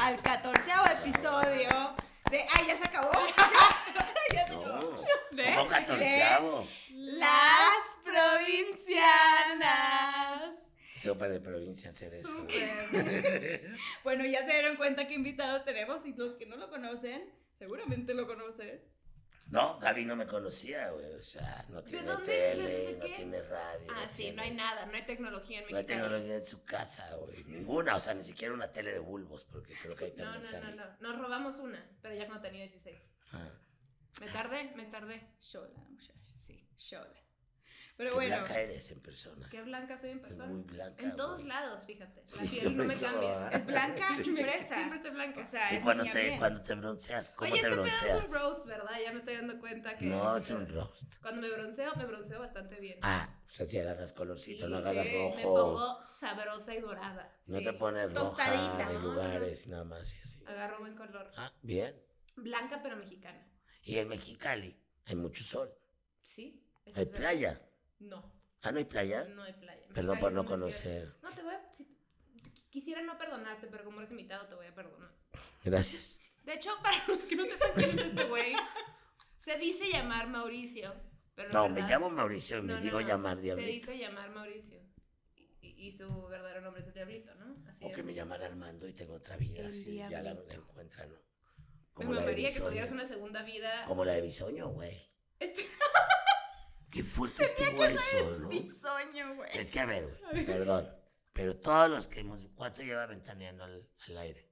al 14 episodio de. ¡Ay, ya se acabó! ya se acabó. No, como catorceavo. Las provincianas. Sopa de provincia hacer eso. Súper. bueno, ya se dieron cuenta qué invitado tenemos y los que no lo conocen, seguramente lo conoces. No, Gaby no me conocía, güey. O sea, no tiene dónde? tele, ¿De no qué? tiene radio. Ah, sí, tiene- no hay nada, no hay tecnología en Eh, No hay Mexicali. tecnología en su casa, güey. Ninguna, o sea, ni siquiera una tele de bulbos, porque creo que ahí No, no, también no, sale. no. Nos robamos una, pero ya cuando tenía 16. Ah, Me tardé, me tardé. Shola, muchacha. Sí. Shola. Pero qué bueno. blanca eres en persona. Qué blanca soy en persona. muy blanca, En todos güey. lados, fíjate. La Sí, piel no soy me yo, cambia. ¿eh? Es blanca y fresa. Siempre estoy blanca. O sea, Y es cuando niña te, bien. cuando te bronceas, ¿cómo te Oye, este pedo bronceas? es un roast, ¿verdad? Ya me estoy dando cuenta que. no, es un roast. Cuando me bronceo, me bronceo bastante bien. Ah, o sea, si agarras colorcito, Sí, no agarras sí, rojo. me pongo sabrosa y dorada. No sí. te pones Tostadita, roja en ¿no? lugares, nada más y así. Agarro buen color. Ah, bien. Blanca pero mexicana. Y en Mexicali hay mucho sol. Sí. eso Hay es verdad. playa. No, Ah, no hay playa. no hay playa. Perdón Mexicali por es no un desierto. conocer. No, te voy a... si- quisiera no perdonarte, pero como eres invitado te voy a perdonar. Gracias. De hecho, para los que no sepan quién es este güey, se dice llamar Mauricio, pero en No, me verdad- llamo Mauricio y No, me no, digo no, llamar Se Diablito. dice llamar Mauricio. Y, y- y su verdadero nombre es el Diablito, ¿no? Así O es. que me llamara Armando y tengo otra vida. El así, ya la, Diablito. la encuentran, ¿no? Me Como la, de mamaría que Bisoño. tuvieras una segunda vida. Como la de Bisoño, güey. Este- Qué fuerte estuvo eso, ¿no? Mi sueño, güey. Es que, a ver, güey, perdón. Pero todos los que hemos... ¿Cuánto lleva ventaneando al, al aire?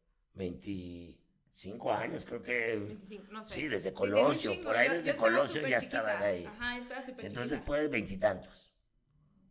25 años, creo que... 25, no sé. Sí, desde Sí, tenía un Colosio, chingo, por ahí yo- yo desde estaba Colosio súper ya chiquita. estaban ahí. Ajá, yo estaba súper Entonces, chiquita. pues, veintitantos.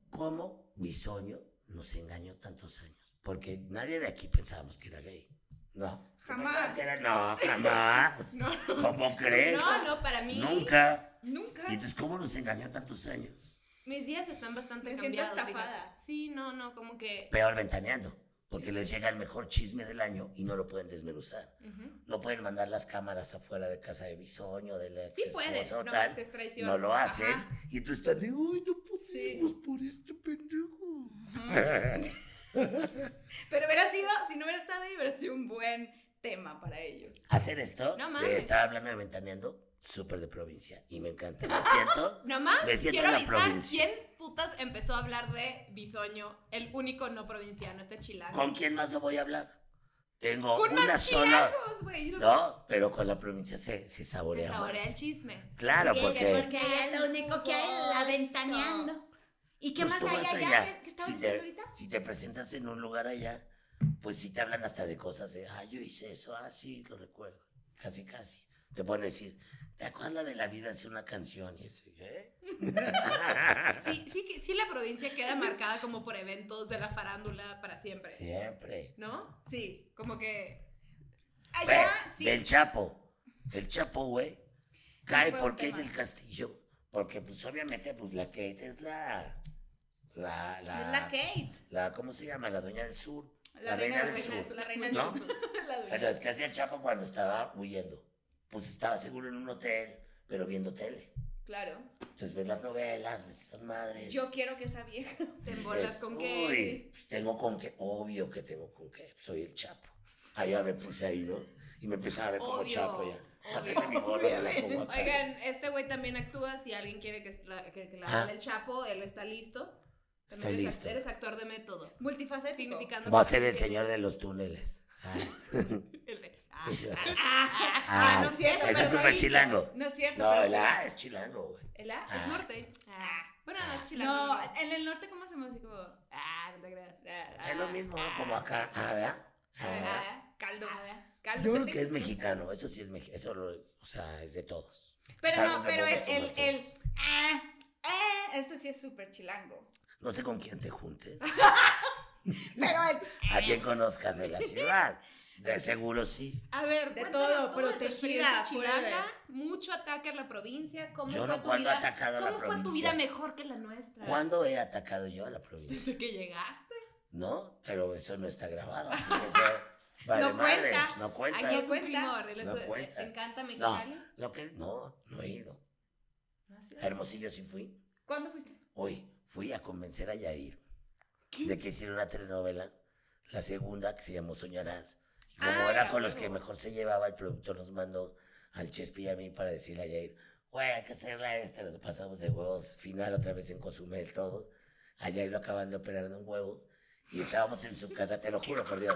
¿Cómo Bisoño nos engañó tantos años? Porque nadie de aquí pensábamos que era gay. No. ¿Tú Jamás. pensabas que era- No, jamás. No, no. ¿Cómo crees? No, no, para mí Nunca. Nunca. Y entonces, ¿cómo nos engañó tantos años? mis días están bastante Me siento cambiados. estafada. fíjate. Sí, no, no, como que Peor ventaneando. Porque les llega el mejor chisme del año y no lo pueden desmenuzar. Ujú. No pueden mandar las cámaras afuera de casa de Bisoño, de la Sí ex puedes, esposa o no tal. más que es traición. no lo hacen. Ajá. Y tú estás de, uy, no pudimos por este pendejo. Pero hubiera sido, si no hubiera estado ahí, hubiera sido un buen tema para ellos. Hacer esto, No de mames. estar hablando de ventaneando, súper de provincia. Y me encanta. Me siento, Nomás Me siento quiero en la avisar provincia. quién putas empezó a hablar de Bisoño, el único no provinciano, este chilango. ¿con quién más no voy a hablar? Tengo Con una más sola. chilangos, güey. No, pero con la provincia se, se Se saborea. saborea el más. chisme. Claro, Sí, porque. porque ahí es lo único que hay, la ventaneando. ¿Y qué pues, más tú hay vas allá? allá. ¿Qué- ¿Qué estabas si diciendo te, ahorita? si te presentas en un lugar allá, pues sí te hablan hasta de cosas de, ah, yo hice eso, ah, sí, lo recuerdo. Casi, casi. Te pueden decir, ¿te acuerdas la de la vida? Hace una canción. Y eso, ¿eh? Sí, sí, que- sí, la provincia queda marcada como por eventos de la farándula para siempre. Siempre. ¿No? Sí. Como que. Ve, Allá, sí. El Chapo. El Chapo, güey. Cae fue un por Kate tema. del Castillo. Porque, pues, obviamente, pues, la Kate es la... La, la, Es la Kate. la- ¿cómo se llama? La dueña del sur. La, reina del del sur. sur. La reina del ¿No? sur. La dueña. Pero es que hacía el Chapo cuando estaba huyendo. Pues estaba seguro en un hotel, pero viendo tele. Claro. Entonces ves las novelas, ves esas madres. Yo quiero que esa vieja. Te Dices, embolas con que. Uy, pues tengo con qué. Obvio que tengo con qué. Soy el Chapo. Allá me puse ahí, ¿no? Y me empecé a ver como Obvio, Chapo ya. obvio. Pásame mi gorra de la Obviamente. Coahuila. Oigan, este güey también actúa. Si alguien quiere que la, que, que la Ah. haga el Chapo, él está listo. Está También eres, listo. act- eres actor de método. Multifacético. Significando. Va a que- ser el que- señor de los túneles. Ah, el de- Ah, ah, ah, Ah, no es cierto, ese pero es un provincia. chilango. No es cierto. No, pero sí. el A es chilango, güey. El A Ah. es norte. Ah. Bueno, no es chilango. No, en el norte, ¿cómo hacemos? Así como. ah, Ah, no te creas. ah, Es lo mismo como acá. Ah, ¿verdad? Ah. Ah, Caldo. ah. Caldo. Yo creo Te- que es mexicano, eso sí es mexicano, eso lo, o sea, es de todos. Pero Salvo no, que pero no es te el, tomas el, ah, ah, este sí es súper chilango. No sé con quién te juntes, Pero el, a quién conozcas de la ciudad, de seguro sí. A ver, De cuéntanos todo, tú de tu protegida, experiencia forever. chilanga, mucho ataque a la provincia, cómo Yo fue no tu cuando he vida, atacado a la cómo fue tu provincia. vida mejor que la nuestra. ¿Cuándo he atacado yo a la provincia? Desde que llegaste. No, pero eso no está grabado, así que eso vale No madres, cuenta. no cuenta. Aquí es un ¿Cuenta? primor, él es- No eh, cuenta. encanta No, Mexicali. lo que no, no he ido. No ha sido. A Hermosillo sí fui. ¿cuándo fuiste? Hoy fui a convencer a Yair de que hiciera una telenovela, la segunda que se llamó Soñarás. Y Como Ah, era ya, con los huevo. que mejor se llevaba el productor, nos mandó al Chespi y a mí para decirle a Yair, güey, hay que hacerla esta, nos pasamos de huevos, final otra vez en Cozumel, todo. A Yair lo acaban de operar de un huevo y estábamos en su casa, te lo juro por Dios.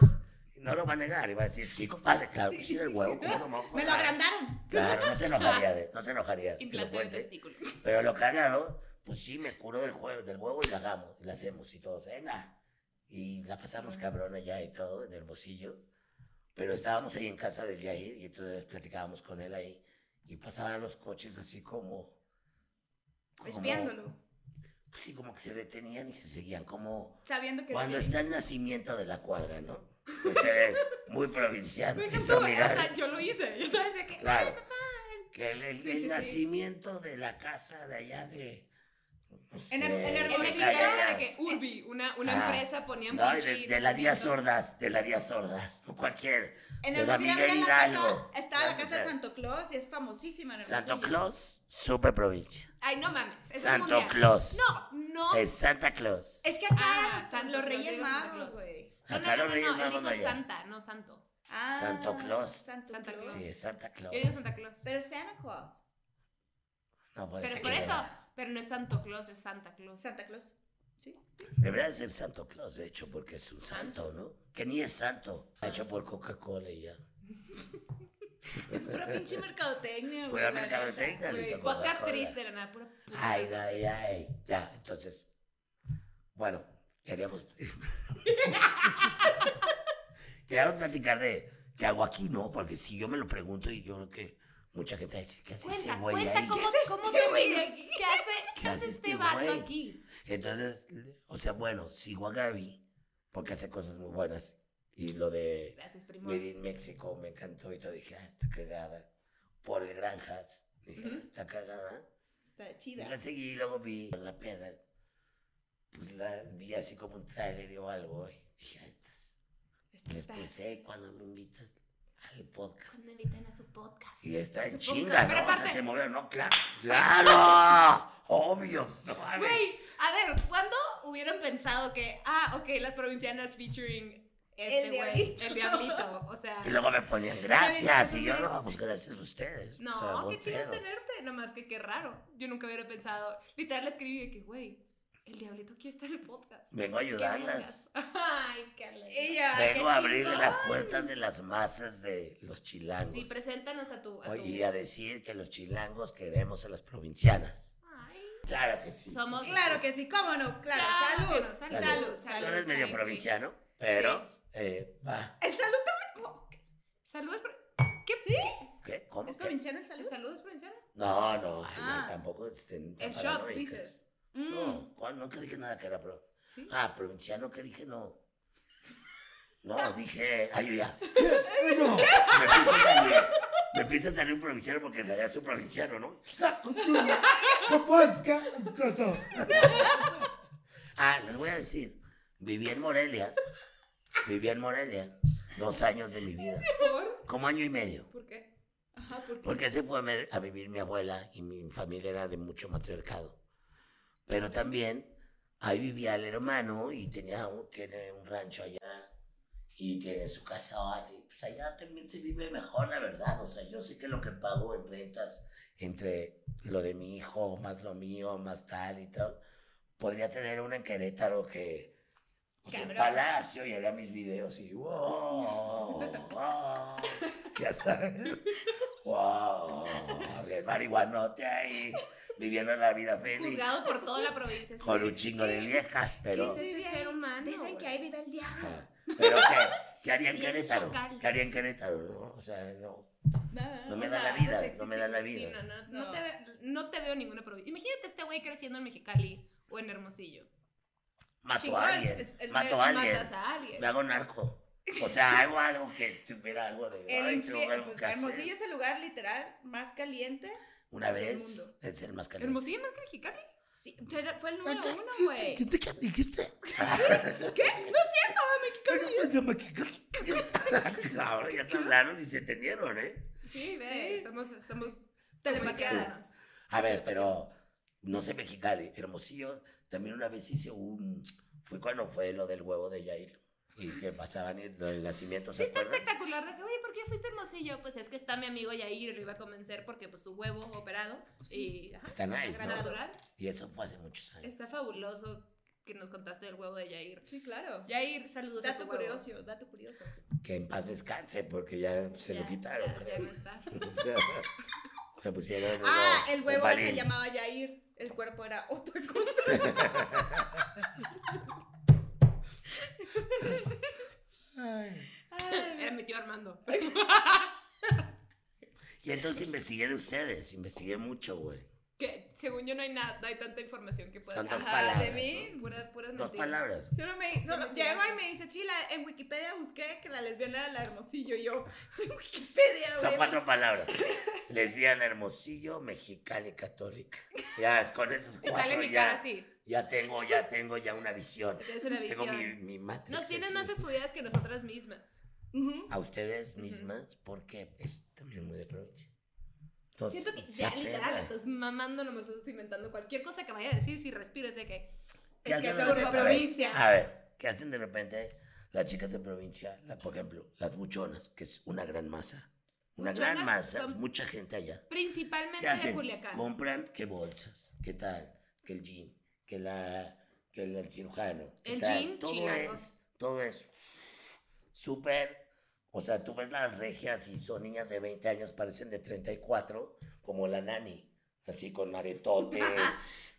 No lo va a negar, iba a decir, sí, compadre, claro que sí, el huevo, ¿cómo no vamos a Me lo parar?". agrandaron. Claro, no se enojaría, de- no se enojaría. Ah. que lo Implante de cuente. testículo. Pero lo cagado, pues sí, me curó del, jue- del huevo y la hagamos, y la hacemos y todos, venga. Y la pasamos cabrón allá y todo, en Hermosillo. Pero estábamos ahí en casa del Yair y entonces platicábamos con él ahí. Y pasaban los coches así como... como- espiándolo, pues sí, como que se detenían y se seguían, como sabiendo que... cuando debía- está el nacimiento de la cuadra, ¿no? Ustedes, muy provincial, Por ejemplo, eso, o mirar. sea, yo lo hice. Ya sabes de qué. Claro. Que el, el- Sí, el sí, sí. nacimiento de la casa de allá de. no sé, el- en el de En México Cayala. era de que Urbi, una, una Ah. empresa ponía No, pinche de, de la Día nacimiento. Sordas, de la Día Sordas, o cualquier. En de el la museo había Miguel la casa, Hidalgo. estaba la Vamos casa a de ver. Santo Claus y es famosísima en el Santo Claus, super provincia. Ay, no mames. Eso es Santo mundial. Claus. No, no. Es Santa Claus. Es que acá Ah, eran los, Santo los Claus, Reyes digo Santa Magos, Claus. güey. No, Acá no, no, los no, Reyes no, él Magos dijo no llegan. Santa, no Santo. Ah, Santo Claus. Santo, Santa Claus. Claus. Sí, es Santa Claus. Yo digo Santa Claus. Pero Santa Claus. No, por Pero eso por que- eso, pero no es Santo Claus, es Santa Claus. Santa Claus. Sí. Debería de ser Santo Claus, de hecho, porque es un santo, ¿no? Que ni es santo. Está Pues hecho por Coca-Cola y ya. Es pura pinche mercadotecnia, güey. Pura la neta, mercadotecnia, güey. Luisa. Podcast Coca-Cola. triste, nada, pura puta. Ay, ay, ay. Ya, entonces. Bueno, queríamos. queríamos platicar de qué hago aquí, ¿no? Porque si yo me lo pregunto y yo creo que mucha gente va a decir, ¿qué hace ese Cuenta, güey ahí? cuenta cómo, cómo este güey terminó. aquí? ¿Qué hace, ¿Qué ¿qué hace hace este este vato güey? aquí? Entonces, o sea, bueno, sigo a Gaby porque hace cosas muy buenas. Y lo de Gracias, primo. Made in México me encantó y todo. Dije, ah, está cagada. Por el Granjas. Dije, Ujú. "Ah, está cagada. Está Y chida. la seguí y luego vi la peda. Pues la vi así como un tráiler o algo. Y dije, "Ay, estas". Está- les está- puse "Ey, cuando me invitas al podcast. Cuando Pues invitan a su podcast. Y está en Supongo- chinga, Pero ¿no? O sea, aparte- se movió, no, claro. ¡Claro! Obvio. No, a ver. Güey, a ver, ¿cuándo hubieran pensado que, ah, ok, las provincianas featuring este El güey, diablito. el diablito? O sea, Y luego me ponían gracias. Y yo, no, pues gracias a ustedes. no, O sea, buen qué chido pedo. tenerte. Nomás que qué raro. Yo nunca hubiera pensado, literal le escribí de que, güey, el diablito quiere estar en el podcast. Vengo a Qué ayudarlas. vergas. Ay, qué alegría. Ella, qué Vengo a abrir chingón. las puertas de las masas de los chilangos. Sí, preséntanos a tu. A tu... Oye, y a decir que los chilangos queremos a las provincianas. Ay, Claro que sí. somos. Claro que sí, cómo no, claro. Claro salud, que no, salud, salud, salud, salud. Tú eres medio Ay, provinciano, pero eh, va. El salud también. oh, Saludos. pro- ¿Qué? ¿Qué? ¿Cómo? ¿Es ¿Qué? provinciano el salud? ¿Saludos provincianos? No, no, ay, Ah. no, tampoco estén tan El shot, paranoicas. dices. Mm. No, ¿cuál? nunca dije nada que era pro. Sí. Ah, provinciano, ¿qué dije? No. No, dije, ay, yo ya. Ay, no. Me empieza a salir, me empieza a salir un provinciano porque en realidad es un provinciano, ¿no? Ah, les voy a decir, viví en Morelia, viví en Morelia dos años de mi vida, ¿Por? como año y medio. ¿Por qué? Ajá, ¿por qué? Porque se fue a, ver- a vivir mi abuela y mi familia era de mucho matriarcado. Pero también ahí vivía el hermano y tenía un, tiene un rancho allá y tiene su casa. y, Pues allá también se vive mejor, la verdad. O sea, yo sé que lo que pago en rentas entre lo de mi hijo, más lo mío, más tal y tal, podría tener una en Querétaro que... Pues, en Cabrón. Palacio y haría mis videos y wow, wow, ya sabes. Wow, el marihuanote ahí, viviendo la vida feliz, Juzgado por toda la provincia. sí. con un chingo de viejas, pero... ¿Qué es este Vive ser ahí, humano? Dicen que güey? ahí vive el diablo. Ajá. ¿Pero qué? ¿Qué haría en Bien Querétaro? chacal. ¿Qué haría en Querétaro? no? O sea, no. Nada, No me o da la sea, vida. Entonces existe- no me da la sí, vida. no, no, no No. te ve- no te veo ninguna provincia. Imagínate este güey creciendo en Mexicali o en Hermosillo. Mato Chingón, a es- alguien, es el mato a mero- alguien, Matas a alguien. me hago narco. O sea, hago algo que tuviera algo de... El ay, tengo infierno, algo pues, que hacer. Hermosillo es el lugar literal más caliente. Una del vez, mundo. es el más caliente. ¿Hermosillo más que Mexicali? Sí, era- fue el número Neta. uno, güey. ¿Qué te dijiste? ¿Qué? No es cierto, ah, Ahora ya se hablaron y se entendieron, ¿eh? Sí, ve. Sí. Estamos, estamos Telepateadas. telepateadas. A ver, pero no sé Mexicali, Hermosillo, también una vez hice un... Fue cuando fue lo del huevo de Yair. y que pasaban y lo del nacimiento, Sí, ¿se está acuerdan? este espectacular. De que, oye, ¿por qué fuiste a hermosillo? Pues es que está mi amigo Yair, lo iba a convencer porque, pues, su huevo operado. Sí. Y, ajá, Está nice, gran ¿no? natural. Y eso fue hace muchos años. Está fabuloso que nos contaste el huevo de Yair. Sí, claro. Yair, saludos a tu Dato huevo. curioso, dato curioso. Que en paz descanse, porque ya se lo Ya, quitaron. ya, ya creo. no está. O sea, le pusieron uno- Ah, el un huevo se balín. llamaba Yair, el cuerpo era otra cosa. Ay. Era mi tío Armando. Y entonces investigué de ustedes, investigué mucho, güey. Que según yo no hay nada, no hay tanta información que puedas Son dos Pues, Ajá, de palabras, mí, puras, puras Dos mentiras. palabras. Solo me, solo, me llegó tiraste. y me dice, sí, la- en Wikipedia busqué que la lesbiana era la hermosillo. Y yo, estoy en Wikipedia, Son güey. cuatro palabras. Lesbiana, hermosillo, mexicana y católica. Ya, es con esos Y cuatro sale mi cara ya, así. ya tengo, ya tengo ya una visión. Tienes una Tengo mi, visión. mi matrix. Nos tienes aquí. más estudiadas que nosotras mismas. Ujú. A ustedes Ujú. mismas, porque es también muy de provincia. Entonces, Siento que Pues se ya literal aferran. estás mamando, no me estás inventando cualquier cosa que vaya a decir si respiro es de que ¿Qué es que hacen somos de repente? provincia. A ver, ¿qué hacen de repente las chicas de provincia? La- por ejemplo, las buchonas, que es una gran masa. Una gran Buchonas masa, son- mucha gente allá. ¿Qué Principalmente de hacen? Culiacán. Compran qué bolsas, qué tal, que el jean, que la que el, el cirujano. qué El tal. jean, todo chilango. es, todo es súper. O sea, tú ves las regias y son niñas de 20 años, parecen de 34, como la nani, así con aretotes,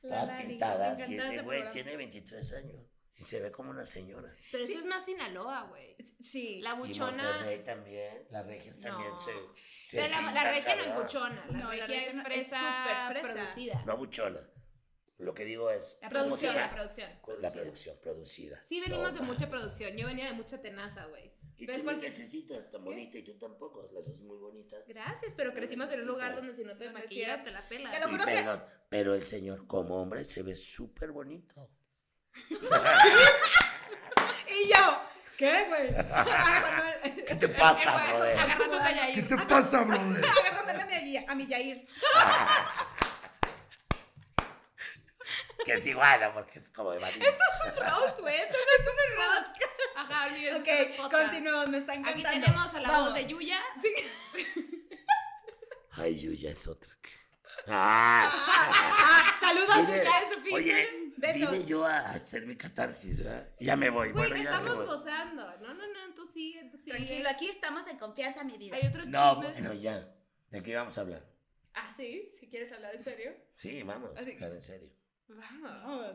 La todas Lali, me pintadas. Y encantaba ese ese güey programa. tiene 23 años y se ve como una señora. Pero eso es más Sinaloa, güey. Sí. La Y buchona. Monterrey también, las regias también No. se. se Pero la, la pintan, regia no es cabrón. buchona. La No, la regia regia es no- es fresa súper fresa. producida. No buchona. Lo que digo es. La ¿cómo se producción, llama? la producción. Con la producción producida. Sí, venimos de No, mucha producción. Yo venía de mucha tenaza, güey. Y tú ¿Ves ni cuál que- necesitas tan bonita y tú tampoco. Las dos muy bonitas. Gracias, pero No crecimos en un necesito. lugar donde si no te No maquillas necesito. te la Te lo pelas. Y juro que- perdón, pero el señor como hombre se ve súper bonito. Y yo, ¿qué, güey? Ah, cuando me- ¿Qué te pasa, Eh, güey, brother? agarra tu talla ahí. ¿Qué te pasa, brother? Agarra, mándame allí a mi Yair. Que es igual, ¿no? porque es como de marido. Rose, güey, esto no esto es un Rose. Ajá, olvídense de los Ok, podcasts. continuamos, me están Aquí encantando. tenemos a la Vamos. voz de Yuya. Ay, Yuya es otra. que- ¡Ah! Ah, saludos, Oye, Chucha, es su Oye, Besos. vine yo a hacer mi catarsis, ¿verdad? Ya me voy. Güey, bueno, ya me estamos voy. gozando. No, no, no, tú sigue, tú sigue. Tranquilo, aquí estamos en confianza, mi vida. Hay otros No, chismes. bueno, ya. ¿De qué vamos a hablar? Ah, sí, si quieres hablar en serio. Sí, vamos, Así- claro, en serio. Vamos. Vamos.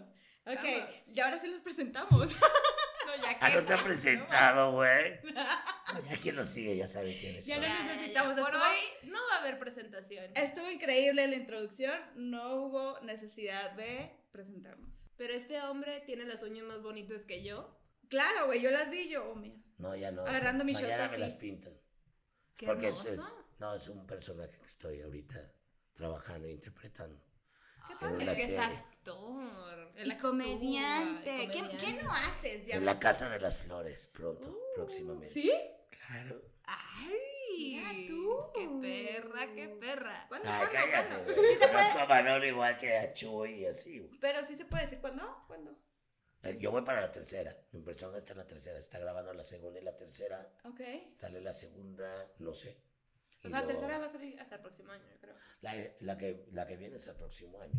Ok, Vamos. y ahora sí los presentamos. No, ya Ah, no se ha ¿no? presentado, güey. Ya quien lo sigue ya sabe quién es. Ya Ya, no ¿no? ya, ya. necesitamos Por esto. hoy no va a haber presentación. Estuvo increíble la introducción, no hubo necesidad de presentarnos. Pero este hombre tiene las uñas más bonitas que yo. Claro, güey, yo las vi y yo, oh, mira. No, ya no. Agarrando sí. mi Mañana shot me así. las pintan. Qué porque hermoso. eso es. No, es un personaje que estoy ahorita trabajando e interpretando. Qué padre. Es que es serie. actor. El Y comediante. ¿Qué, qué no haces? En la Casa de las Flores, pronto, próximamente. Uh, ¿Sí? Claro. ¡Ay! Mira tú. ¡Qué perra, qué perra! ¿Cuándo? Ay, ¿Cuándo? cállate, ¿Cuándo? Ah, Sí güey. se puede- Conozco a Manolo igual que a Chuy y así, güey. Pero sí se puede decir cuándo, cuándo. Eh, Yo voy para la tercera. Mi persona está en la tercera. Está grabando la segunda y la tercera. Ok. Ah, Sale la segunda, no sé. O Y sea, la luego- tercera va a salir hasta el próximo año, yo creo. La, la que, la que viene es el próximo año.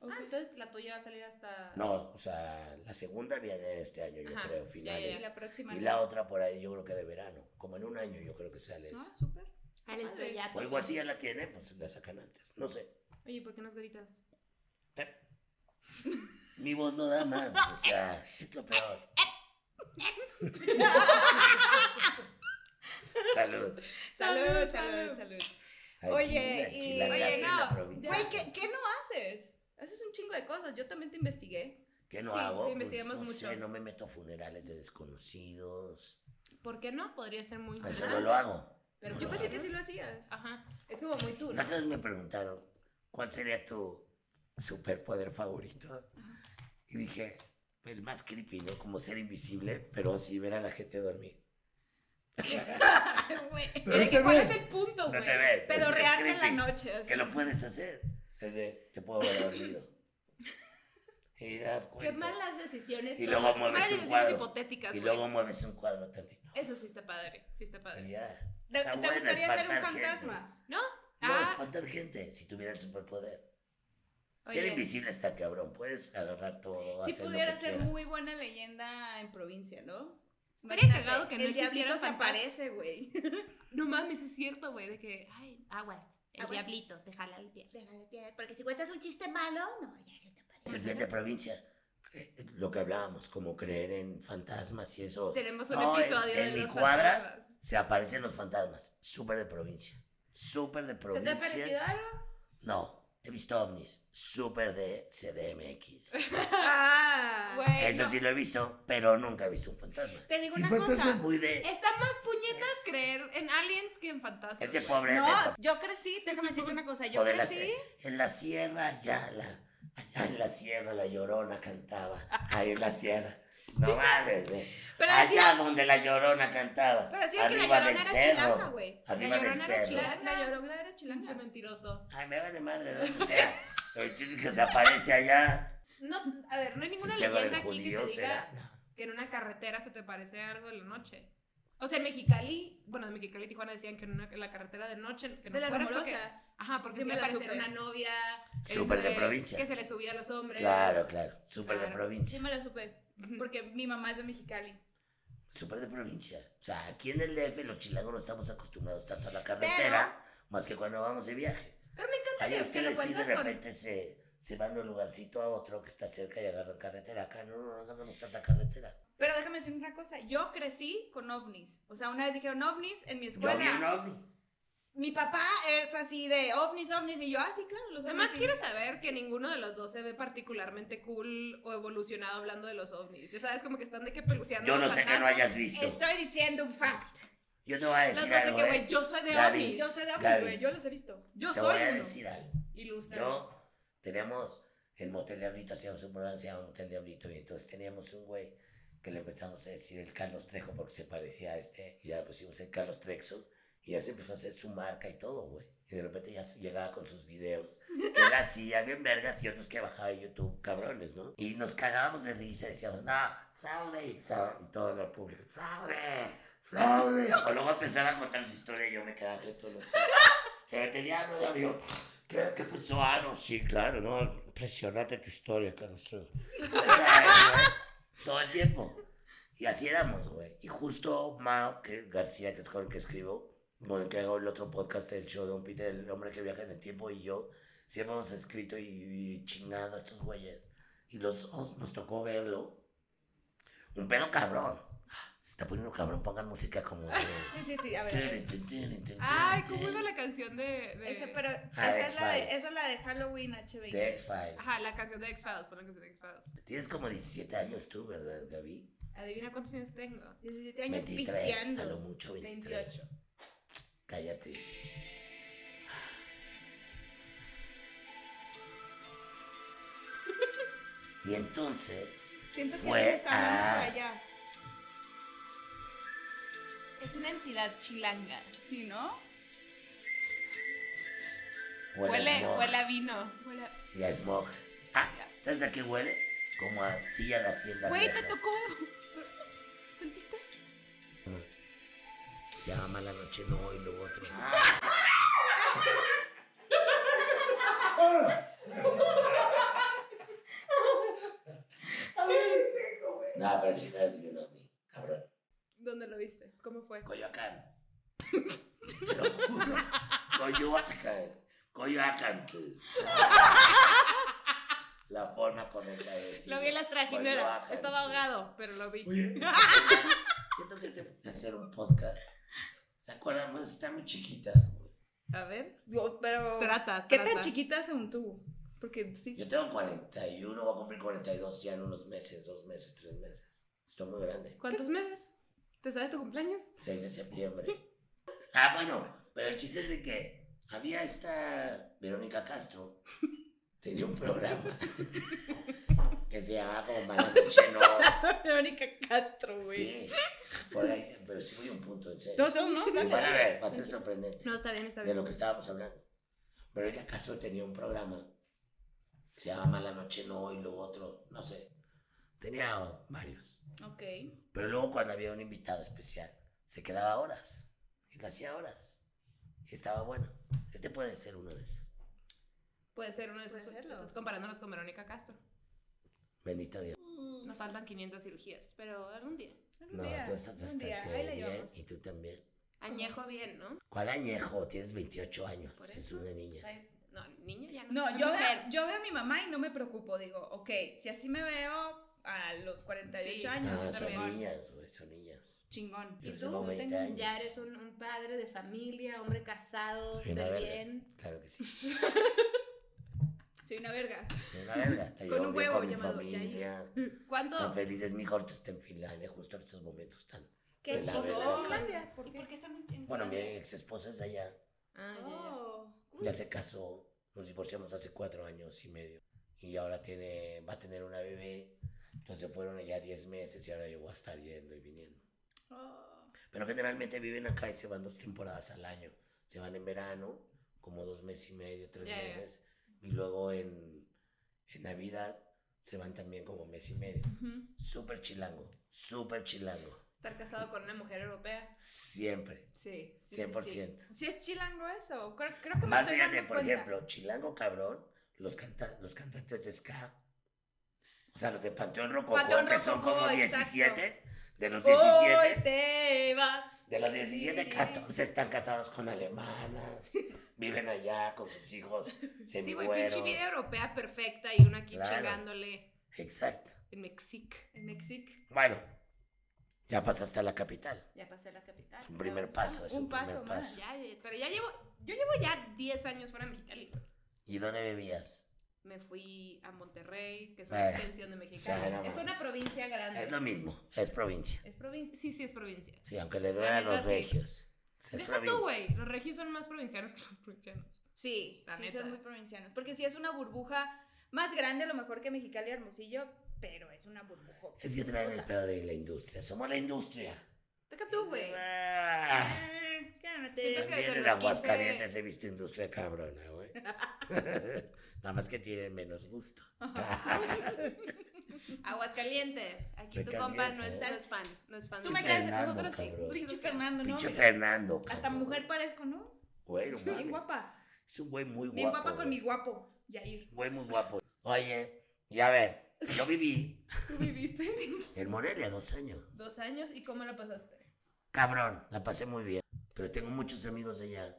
ok. Ah, entonces la tuya va a salir hasta. No, o sea, la segunda viene este año, yo Ajá, creo, ya, Y finales. la próxima. Y la otra por ahí, yo creo que de verano. Como en un año, yo creo que sale Ah, esa. súper. Al estrellato. O igual si ya la tiene, pues la sacan antes. No sé. Oye, ¿por qué nos gritas? Pero- Mi voz no da más. O sea, es lo peor. Salud. Salud, salud, Salud, salud. salud. Ay, Oye, chila, y- chila, oye, gracias, no, la provincia. Güey, ¿qué, ¿qué no haces? Haces un chingo de cosas. Yo también te investigué. ¿Qué no Sí, hago? pues, te investigamos no mucho. sé, no me meto a funerales de desconocidos. ¿Por qué no? Podría ser muy. Eso interesante. no lo hago. Pero No Yo lo pensé hago. que sí lo hacías. Ajá. Es como muy tú, La ¿no? otra vez me preguntaron, ¿cuál sería tu superpoder favorito? Y dije, el más creepy, ¿no? Como ser invisible, pero así ver a la gente dormir. Güey. Pero Es que te ¿Cuál ve. es el punto, No güey? te ve. pero Pero es rearse en la creepy, noche. así. Que lo puedes hacer. Es de, te puedo ver dormido. Y das Qué cuenta. malas decisiones. Y tomas. luego Qué mueves malas un decisiones cuadro. hipotéticas, Y güey. luego mueves un cuadro tantito. Eso sí está padre, sí está Y padre. ya. ¿Te, Está te bueno gustaría ser un espantar gente. fantasma? No, Ah. espantar gente si tuviera el superpoder. Ser Oye. invisible está cabrón. Puedes agarrar todo. Si hacer lo pudiera que ser quieras. muy buena leyenda en provincia, ¿no? Estaría Imagínate, cagado que no El diablito existieran se fantasmas. aparece, güey. No mames, es cierto, güey, de que, ay, aguas, el Aguas. diablito, te jala el pie. Déjame piedad, porque si cuentas un chiste malo, no, ya, ya te Eso aparece. es Pues bien de provincia. Eh, Lo que hablábamos, como creer en fantasmas y eso. Tenemos un No, en- episodio en de mi los cuadra, fantasmas. Se aparecen los fantasmas. Súper de provincia. Súper de ¿Se te provincia. ha parecido algo? No, he visto ovnis. Súper de CDMX. Ah, Güey, Eso no. sí lo he visto, pero nunca he visto un fantasma. Te digo Y una fantasmas cosa. muy de. Está más puñetas creer en aliens que en fantasmas. Es de güey. pobre. No, de- yo crecí, déjame decirte una cosa, yo o de la crecí. se- en la sierra, ya, la, allá en la sierra, la llorona cantaba. Ahí en la sierra. No mames, eh. Pero allá decía- donde la llorona cantaba. pero decía que la arriba llorona del era cerro. chilanga, güey. Arriba La del Llorona era cerro. La, chilanga. la llorona era Pinche chilanga. mentiroso. Ay, me vale madre donde sea. El chiste es que se aparece allá. No, a ver, no hay ninguna El cerro del leyenda aquí que te judío será. diga que en una carretera se te parece algo de la noche. O sea, en Mexicali, bueno, de Mexicali y Tijuana decían que en, una- en la carretera de noche, que no De la fueras porque- rumorosa. Ajá, porque Yo se me le la aparecer supe. una novia. Súper de este, provincia. Que se le subía a los hombres. Claro, claro. Súper de Claro. Sí provincia. me la supe, porque mi mamá es de Mexicali. Súper de provincia. O sea, aquí en el DF los chilangos no estamos acostumbrados tanto a la carretera, más que cuando vamos de viaje. Pero me encanta Allá que, que lo ustedes sí de cuentas con. repente se, se van de un lugarcito a otro que está cerca y agarran carretera. Acá no, no agarramos tanta carretera. Pero déjame decir una cosa, yo crecí con ovnis. O sea, una vez dijeron ovnis en mi Yo vi un escuela. ovni. Mi papá es así de ovnis, ovnis, y yo, ah, sí, claro, los Además, ovnis. quiero saber que ninguno de los dos se ve particularmente cool o evolucionado hablando de los ovnis. Ya sabes, como que están de que peluceando. Yo los no sé que no fantasmas. hayas visto. Estoy diciendo un fact. Yo te voy a Los dos decir de algo. que, ¿eh? güey, yo soy de Gaby, ovnis. Yo sé de ovnis, Gaby. güey, yo los he visto. Yo Te soy voy a uno. decir algo. Ilustra. Yo teníamos el motel de Abrito, hacíamos un programa, se llamaba Motel de Abrito, y entonces teníamos un güey que le empezamos a decir el Carlos Trejo porque se parecía a este, y ya le pusimos el Carlos Trexo, y ya se empezó a hacer su marca y todo, güey. Y de repente ya se llegaba con sus videos. Que él hacía bien vergas y otros que bajaba de YouTube, cabrones, ¿no? Y nos cagábamos de risa, decíamos, no, fraude, y empezaba- y todo el público, fraude, fraude. O luego empezaba a contar su historia y yo me quedaba que todo lo sé. Que el diablo de avión. ¿Qué, ¿Qué pasó? Ah, no, sí, claro, no. Impresionante tu historia, Carlos Trejo. Esa es, ¿no? Todo el tiempo. Y así éramos, güey. Y justo Mao que García, que es con el que escribo, con el que hago el otro podcast del show de Don Peter, el hombre que viaja en el tiempo, y yo, siempre hemos escrito y, y chingado a estos güeyes. Y los dos nos tocó verlo. Un pedo cabrón. Se está poniendo cabrón, pongan música como. de- Sí, sí, sí, a ver. a ver. Ay, ¿cómo iba la canción de. de- Ese, pero Ah, esa es, la de, X-Files. esa es la de Halloween HB. De X-Files. Ajá, la canción de X-Files, pon la canción de X-Files. Tienes como 17 años tú, ¿verdad, Gaby? Adivina cuántos años tengo. 17 años 23, a lo pisteando. mucho 23. 28. Cállate. Y entonces, Siento que Fue alguien está hablando a- por allá. Es una entidad chilanga. Sí, ¿no? huele, a Huele, smog. huele a vino. Y a smog. Ah, ¿sabes a qué huele? Como a silla de hacienda Güey, te vieja. tocó algo. ¿Sentiste? Se llama Mala Noche No y luego otro. No, pero sí no es bien ovni, cabrón. ¿Dónde lo viste? ¿Cómo fue? Coyoacán. Te lo juro. Coyoacán. Coyoacán. tú. La forma correcta de decirlo. Lo vi en las trajineras. Coyoacán, Estaba tú. ahogado, pero lo vi. Oye, siento que este de hacer un podcast. ¿Se acuerdan? Bueno, están muy chiquitas, güey. A ver. Yo, pero. Trata, ¿Qué trata. tan chiquita según tú? Porque sí. Yo tengo 41, voy a cumplir 42 ya en unos meses, dos meses, tres meses. Estoy muy grande. ¿Cuántos meses? ¿Te sabes tu cumpleaños? 6 de septiembre. Ah, bueno, pero el chiste es de que había esta Verónica Castro, tenía un programa que se llamaba como Mala Noche No. Verónica Castro, güey. Sí, por ahí, pero sí voy a un punto, en serio. Todos son, ¿no? Y van Dale. a ver, va a ser sorprendente. No, está bien, está de bien. lo que estábamos hablando. Verónica Castro tenía un programa que se llama Mala Noche No y luego otro, no sé. Tenía varios. Ok. Pero luego cuando había un invitado especial, se quedaba horas. Y lo hacía horas. Y estaba bueno. Este puede ser uno de esos. Puede ser uno de esos. Puede serlo. Estás comparándonos con Verónica Castro. Bendito Dios. Mm, Nos faltan 500 cirugías, pero algún día. algún No, día, tú estás algún día, bastante ahí la bien. llevamos. Y tú también. Añejo bien, ¿no? ¿Cuál añejo? Tienes 28 años. Por Es eso, una O Pues niña. sea, no, niña ya no. No, soy yo mujer. veo, yo veo a mi mamá y no me preocupo. Digo, ok, si así me veo a los 48 Sí. años, No, yo Ah, son también. niñas, güey, son niñas. chingón. Yo ¿Y tú? tengo No 20 tengo- años. Ya eres un, un padre de familia, hombre casado, Soy del una verga. bien. Claro que sí. Soy una verga. Soy una verga. Te Con llevo un bien huevo con mi llamado familia. ¿Cuánto? Tan feliz es mi corte está en Finlandia, justo en estos momentos tan. Qué Es la chingón. verga. Finlandia, ¿por ¿Y qué? por qué están en Finlandia? Bueno, mi ex esposa es de allá, Ah, ya, ya. Oh, ya se casó, nos divorciamos hace cuatro años y medio. Y ahora tiene, va a tener una bebé. Entonces fueron allá diez meses y ahora yo voy a estar yendo y viniendo. oh. Pero generalmente viven acá y se van dos temporadas al año. Se van en verano, como dos meses y medio, tres Ya, ya. meses. Y luego en, en Navidad se van también como mes y medio. Ujú. Súper chilango, súper chilango. Estar casado con una mujer europea. Siempre, Sí, sí, sí, 100%. sí. ¿Sí es chilango eso? Creo, creo que me Más estoy fíjate, dando por cuenta. ejemplo, Chilango Cabrón, los, canta los cantantes de Ska, o sea, los de Panteón Rococó, Panteón que son Rococó, como exacto. 17, de los Hoy 17, te vas. de los 17, 14 están casados con alemanas, viven allá con sus hijos Sí, güey, pinche vida semigüeros. europea perfecta y una aquí Claro. chingándole Exacto. en Mexic. En Mexic. Bueno, ya pasaste a la capital, Ya pasé a la capital. es un primer Ya paso, es un un, paso primer más. paso. Ya, ya, pero ya llevo, yo llevo ya 10 años fuera de Mexicali. güey. ¿Y dónde vivías? Me fui a Monterrey, que es una Eh, extensión de Mexicali. sea, no es una mames. provincia grande. Es lo mismo, es provincia. ¿Es provincia? Sí, sí, es provincia. Sí, aunque le duelen neta, los sí. regios. Es Deja provincia. tú, güey. Los regios son más provincianos que los provincianos. Sí, La sí neta. son muy provincianos. Porque sí es una burbuja más grande a lo mejor que Mexicali y Hermosillo, pero es una burbuja. Es que traen el pedo de la industria. Somos la industria. Deja tú, güey. Ah, Eh, Siento También que con en los 15 Aguascalientes he visto industria cabrona, güey. Nada más que tienen menos gusto. Aguascalientes. Aquí tu Pecas compa no es, viejas. no es fan. No es fan. Tú de me ustedes. crees, Fernando, nosotros sí. cabrón. Pinche Fernando, ¿no? Pinche Fernando. Hasta cabrón. mujer parezco, ¿no? Güey, no Bien mames. guapa. Es un güey muy guapo. Bien guapa con mi güey. guapo. Yair. Güey muy guapo. Oye, y a ver, yo viví ¿Tú viviste? en Morelia dos años. Dos años y cómo la pasaste. Cabrón, la pasé muy bien. Pero tengo muchos amigos de allá.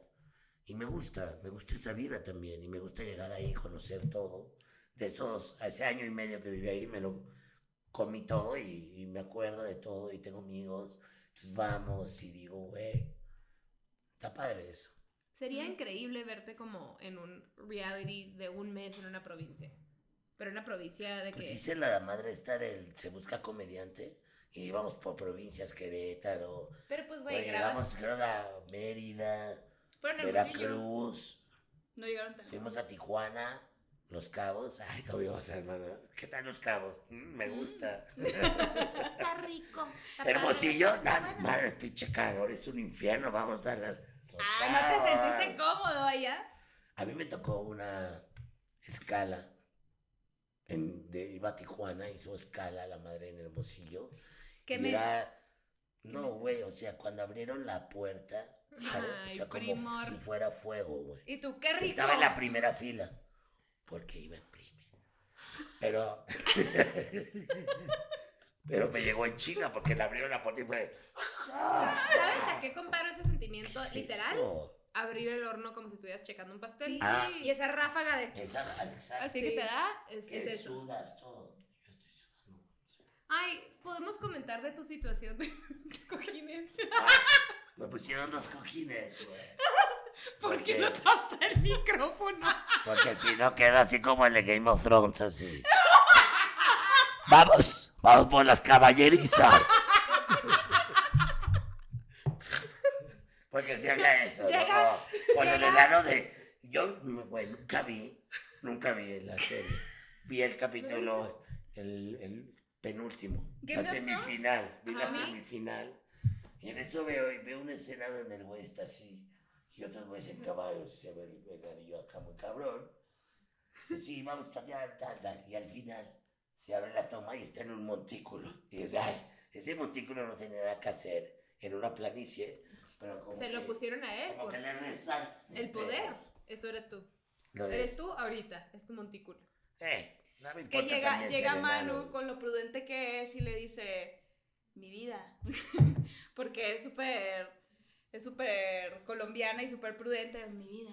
Y me gusta, me gusta esa vida también. Y me gusta llegar ahí, conocer todo. De esos, ese año y medio que viví ahí, me lo comí todo y, y me acuerdo de todo. Y tengo amigos. Entonces vamos y digo, güey, está padre eso. Sería Ujú. increíble verte como en un reality de un mes en una provincia. Pero una provincia de que. Pues hice la madre esta del Se Busca Comediante. Y íbamos por provincias, Querétaro. Pero pues, Oye, güey, grabas. pues llegamos, creo, a Mérida, Fueron Hermosillo. Veracruz. No llegaron tan Fuimos a Tijuana, Los Cabos. Ay, cómo íbamos, hermano. ¿Qué tal Los Cabos? Mm, me gusta. Está rico. Hermosillo, Está nada bueno. madre, pinche calor, es un infierno. Vamos a las. Los Ah, ¿no te Cabos. sentiste cómodo allá? A mí me tocó una escala. En, de, iba a Tijuana, hizo escala la madre en Hermosillo. ¿Qué y mes? era- ¿Qué No, mes? güey, o sea, cuando abrieron la puerta, ¿sabes? Ay, o sea, como primor. si fuera fuego, güey. ¿Y tú qué rico? Estaba en la primera fila. Porque iba en primer. Pero. pero me llegó en China porque le abrieron la puerta y fue. ¿Sabes a qué comparo ese ¿qué sentimiento? es Literal, eso? abrir el horno como si estuvieras checando un pastel. Sí. Ah. Y esa ráfaga de. Esa Alexa, Así que te da. Es, que es eso. sudas todo. Yo estoy sudando. Ay, podemos comentar de tu situación de este? los cojines. Ah, Me pusieron los cojines, güey. ¿Por qué no tapa el micrófono? Ah, Porque si no queda así como el de Game of Thrones, así. Vamos, vamos por las caballerizas. Porque si habla eso, Llega- ¿no? Por el llega- enano de. Yo, güey, nunca vi, nunca vi la serie. Vi el capítulo, el, el penúltimo, ¿Game la of Thrones? semifinal. Vi la Ajá. semifinal. Y en eso veo, y veo una escena donde el güey está así, y otros güeyes en caballos, y se ve el, el anillo acá muy cabrón. Sí, sí, vamos a cambiar, tal, tal. Y al final se abre la toma y está en un montículo. Y dices, ay, ese montículo no tenía nada que hacer en una planicie, pero como Se lo que- pusieron a él. como por- que le resalta. El poder. Eso eres tú. Lo de- Eres tú ahorita. Es tu montículo. Eh, no me Es que importa llega, también llega ser Manu enano. con lo prudente que es y le dice, mi vida, porque es súper, es súper colombiana y súper prudente, mi vida,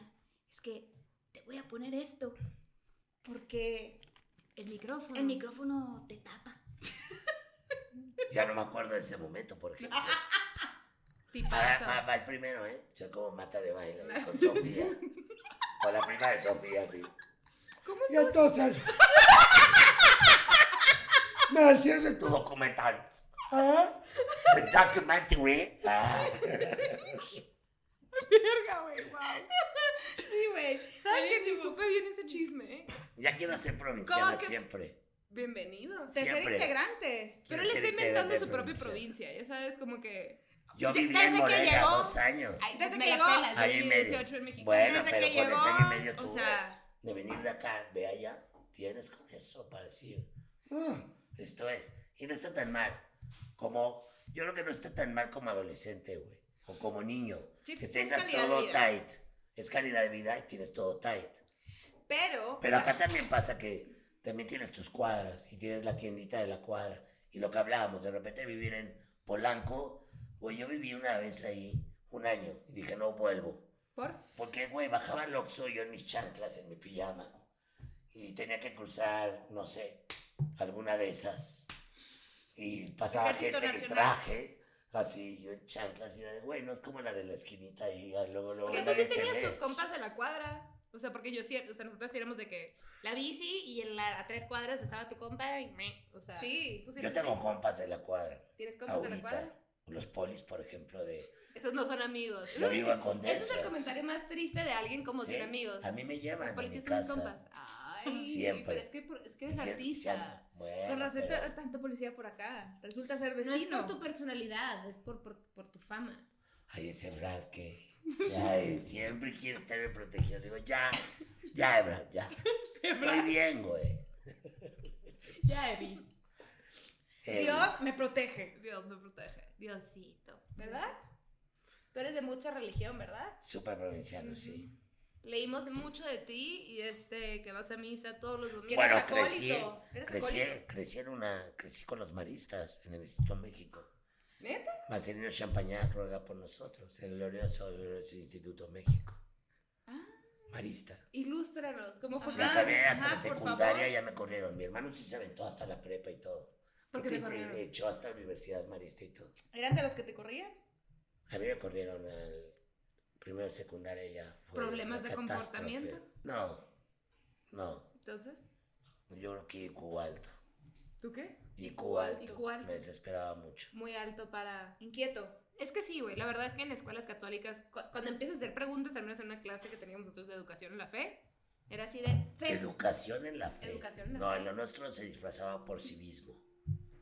es que te voy a poner esto, porque El micrófono. el micrófono te tapa. Ya no me acuerdo de ese momento, por ejemplo. Ah, va, Tipazo. va el primero, ¿eh? Yo como mata de baile con Sofía. Con la prima de Sofía, sí. ¿Cómo Y entonces. me hacías de tu documental. ¿Ah? The documentary. Ah. Verga, güey. Wow. Sí, güey. ah. ¿Sabes que ni Buenísimo. supe bien ese chisme, eh? Ya quiero ser provinciana ¿Cómo que- siempre. Bienvenido. Sí, Tercer Siempre. integrante. Pero Quiero él ser está inventando integrante su de propia provincia. provincia, ya sabes, como que. Ya- Yo viví desde en que Morelia llegó- dos años. Ay, Desde me que la llegó- pelas, yo Ahí viví medio. 18 en México. Bueno, desde pero que con llegó, ese año y medio o tuve sea, de venir de acá, ve allá, tienes con eso para decir, "Ah, esto es, y no está tan mal, como, yo creo que no está tan mal como adolescente, güey, o como niño, Sí, que es tengas calidad de todo vida. tight, es calidad de vida y tienes todo tight, pero, pero acá también pasa que también tienes tus cuadras y tienes la tiendita de la cuadra, y lo que hablábamos, de repente vivir en Polanco, güey, yo viví una vez ahí, un año, y dije, no vuelvo, ¿Por? porque, güey, bajaba el Oxxo yo en mis chanclas, en mi pijama. Y tenía que cruzar, no sé, alguna de esas. Y pasaba Ejército gente en Nacional. traje, así, yo en chanclas. Y era de, güey, no es como la de la esquinita ahí, ah, luego, luego. O sea, tú nadie sí te tenías ve. tus compas de la cuadra. O sea, porque yo sí, o sea, nosotros sí éramos de que la bici y en la, a tres cuadras estaba tu compa y me. O sea, sí. pues, tú sí Yo eres tengo así. compas de la cuadra. ¿Tienes compas de la Ahorita, cuadra? los polis, por ejemplo, de. Esos no son amigos. Yo Eso vivo en ese es Condesa. el comentario más triste de alguien como Sí, sin amigos. A mí me Los llevan. a mi policías son mis casa. compas. Ay, Siempre. pero es que, por- es que Y eres sie- artista. siempre- bueno, Con razón pero- tanta policía por acá. Resulta ser No es vecino. por tu personalidad, es por, por, por tu fama. Ay, ese Brad que ay, siempre quiere estarme protegido. Digo, ya, ya, Brad, ya. Estoy bien, güey. Ya, Evi. Eh, Dios me protege. Dios me protege. Diosito. ¿Verdad? Tú eres de mucha religión, ¿verdad? Súper provinciano, sí. Leímos mucho de ti y este que vas a misa todos los domingos. Bueno, eres acólito, crecí, eres crecí, acólito. crecí en una, crecí con los maristas en el Instituto México. ¿Neta? Marcelino Champañá ruega por nosotros, el glorioso, glorioso Instituto México. Ah. Marista. Ilústranos, ¿cómo fue Ajá. Me acabé hasta ajá, la por secundaria, favor. ya me corrieron. Mi hermano sí se aventó hasta la prepa y todo. ¿Por qué Creo te que corrieron? Echó hasta la universidad marista y todo. ¿Eran de los que te corrían? A mí me corrieron al primero de secundaria y ya. fue ¿Problemas una de catástrofe. comportamiento? No, no. Entonces, Yo creo que IQ alto. ¿tú qué? IQ alto. IQ alto. Me desesperaba mucho. Muy alto para. Inquieto. Es que sí, güey. La verdad es que en escuelas católicas, cu- cuando empiezas a hacer preguntas, al menos en una clase que teníamos nosotros de educación en la fe, era así de fe. Educación en la fe. Educación en la no, fe. Ah, en lo nuestro se disfrazaba por civismo.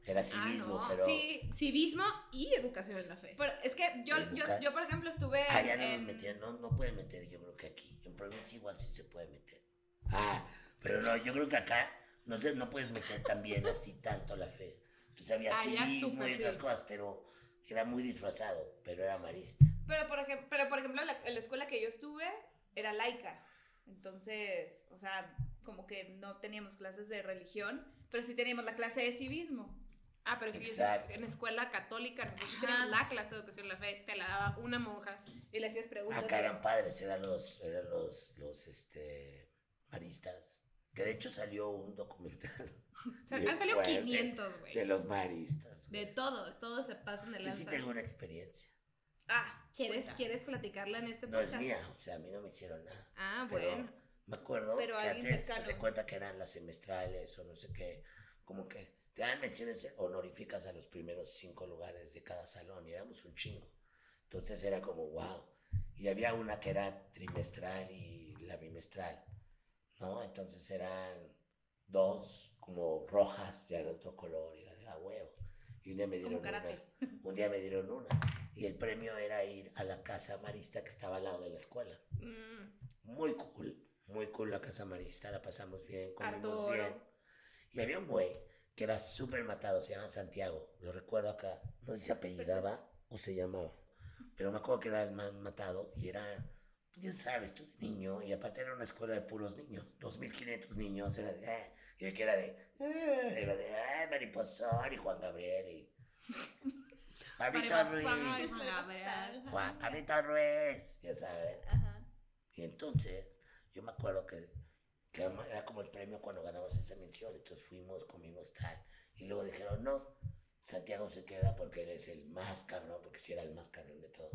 Era civismo, no, pero Sí. Civismo y educación en la fe. Pero es que yo, yo, Educar. yo, por ejemplo, estuve en... allá Ah, no nos en- metían. No, no puede meter, yo creo que aquí. En provincia igual sí se puede meter. Ah, pero no, yo creo que acá no, sé, no puedes meter también así tanto la fe. Entonces había Allá civismo súper, y otras sí. cosas, pero era muy disfrazado, pero era marista. Pero, por ejemplo, pero, por ejemplo la, la escuela que yo estuve era laica. Entonces, o sea, como que no teníamos clases de religión, pero sí teníamos la clase de civismo. Ah, pero es que yo Exacto. en escuela católica, nosotros Ajá. teníamos la clase de educación en la fe, te la daba una monja y le hacías preguntas. Acá de- eran padres, eran los, eran los, los este, maristas. Que de hecho salió un documental O sea, Bien han salido fuerte. 500, güey. de los maristas. De güey. todos, todos se pasan de Yo sí lanza. tengo una experiencia. Ah, ¿Quieres, cuenta. ¿Quieres platicarla en este No es podcast? mía, o sea, a mí no me hicieron nada. Ah, Pero- bueno. Me acuerdo Pero que alguien antes cercano. se cuenta que eran las semestrales o no sé qué, como que te dan menciones honoríficas a los primeros cinco lugares de cada salón y éramos un chingo. Entonces era como, wow. Y había una que era trimestral y la bimestral, ¿no? Entonces eran dos como rojas, ya de otro color, y era de a huevo. Y un día me Como dieron karate. una. Un día me dieron una. Y el premio era ir a la casa marista que estaba al lado de la escuela Mm. muy cool. Muy cool la casa marista, la pasamos bien, comimos Arturo. bien. Y había un güey que era súper matado, se llama Santiago, lo recuerdo acá. No sé si se apellidaba o se llamaba, pero me acuerdo que era el más matado y era, ya sabes, tú de niño, y aparte era una escuela de puros niños, 2.500 niños, era de, "Ah", y el que era de, "Ah", era de, ah, Mariposón y Juan Gabriel y. Pablito Mariposón. Ruiz, la verdad. Juan Pablito Ruiz, ya sabes. Ajá. Y entonces, yo me acuerdo que, que era como el premio cuando ganamos esa mención. Entonces fuimos, comimos tal. Y luego dijeron, no, Santiago se queda porque él es el más cabrón, porque si era el más cabrón de todo.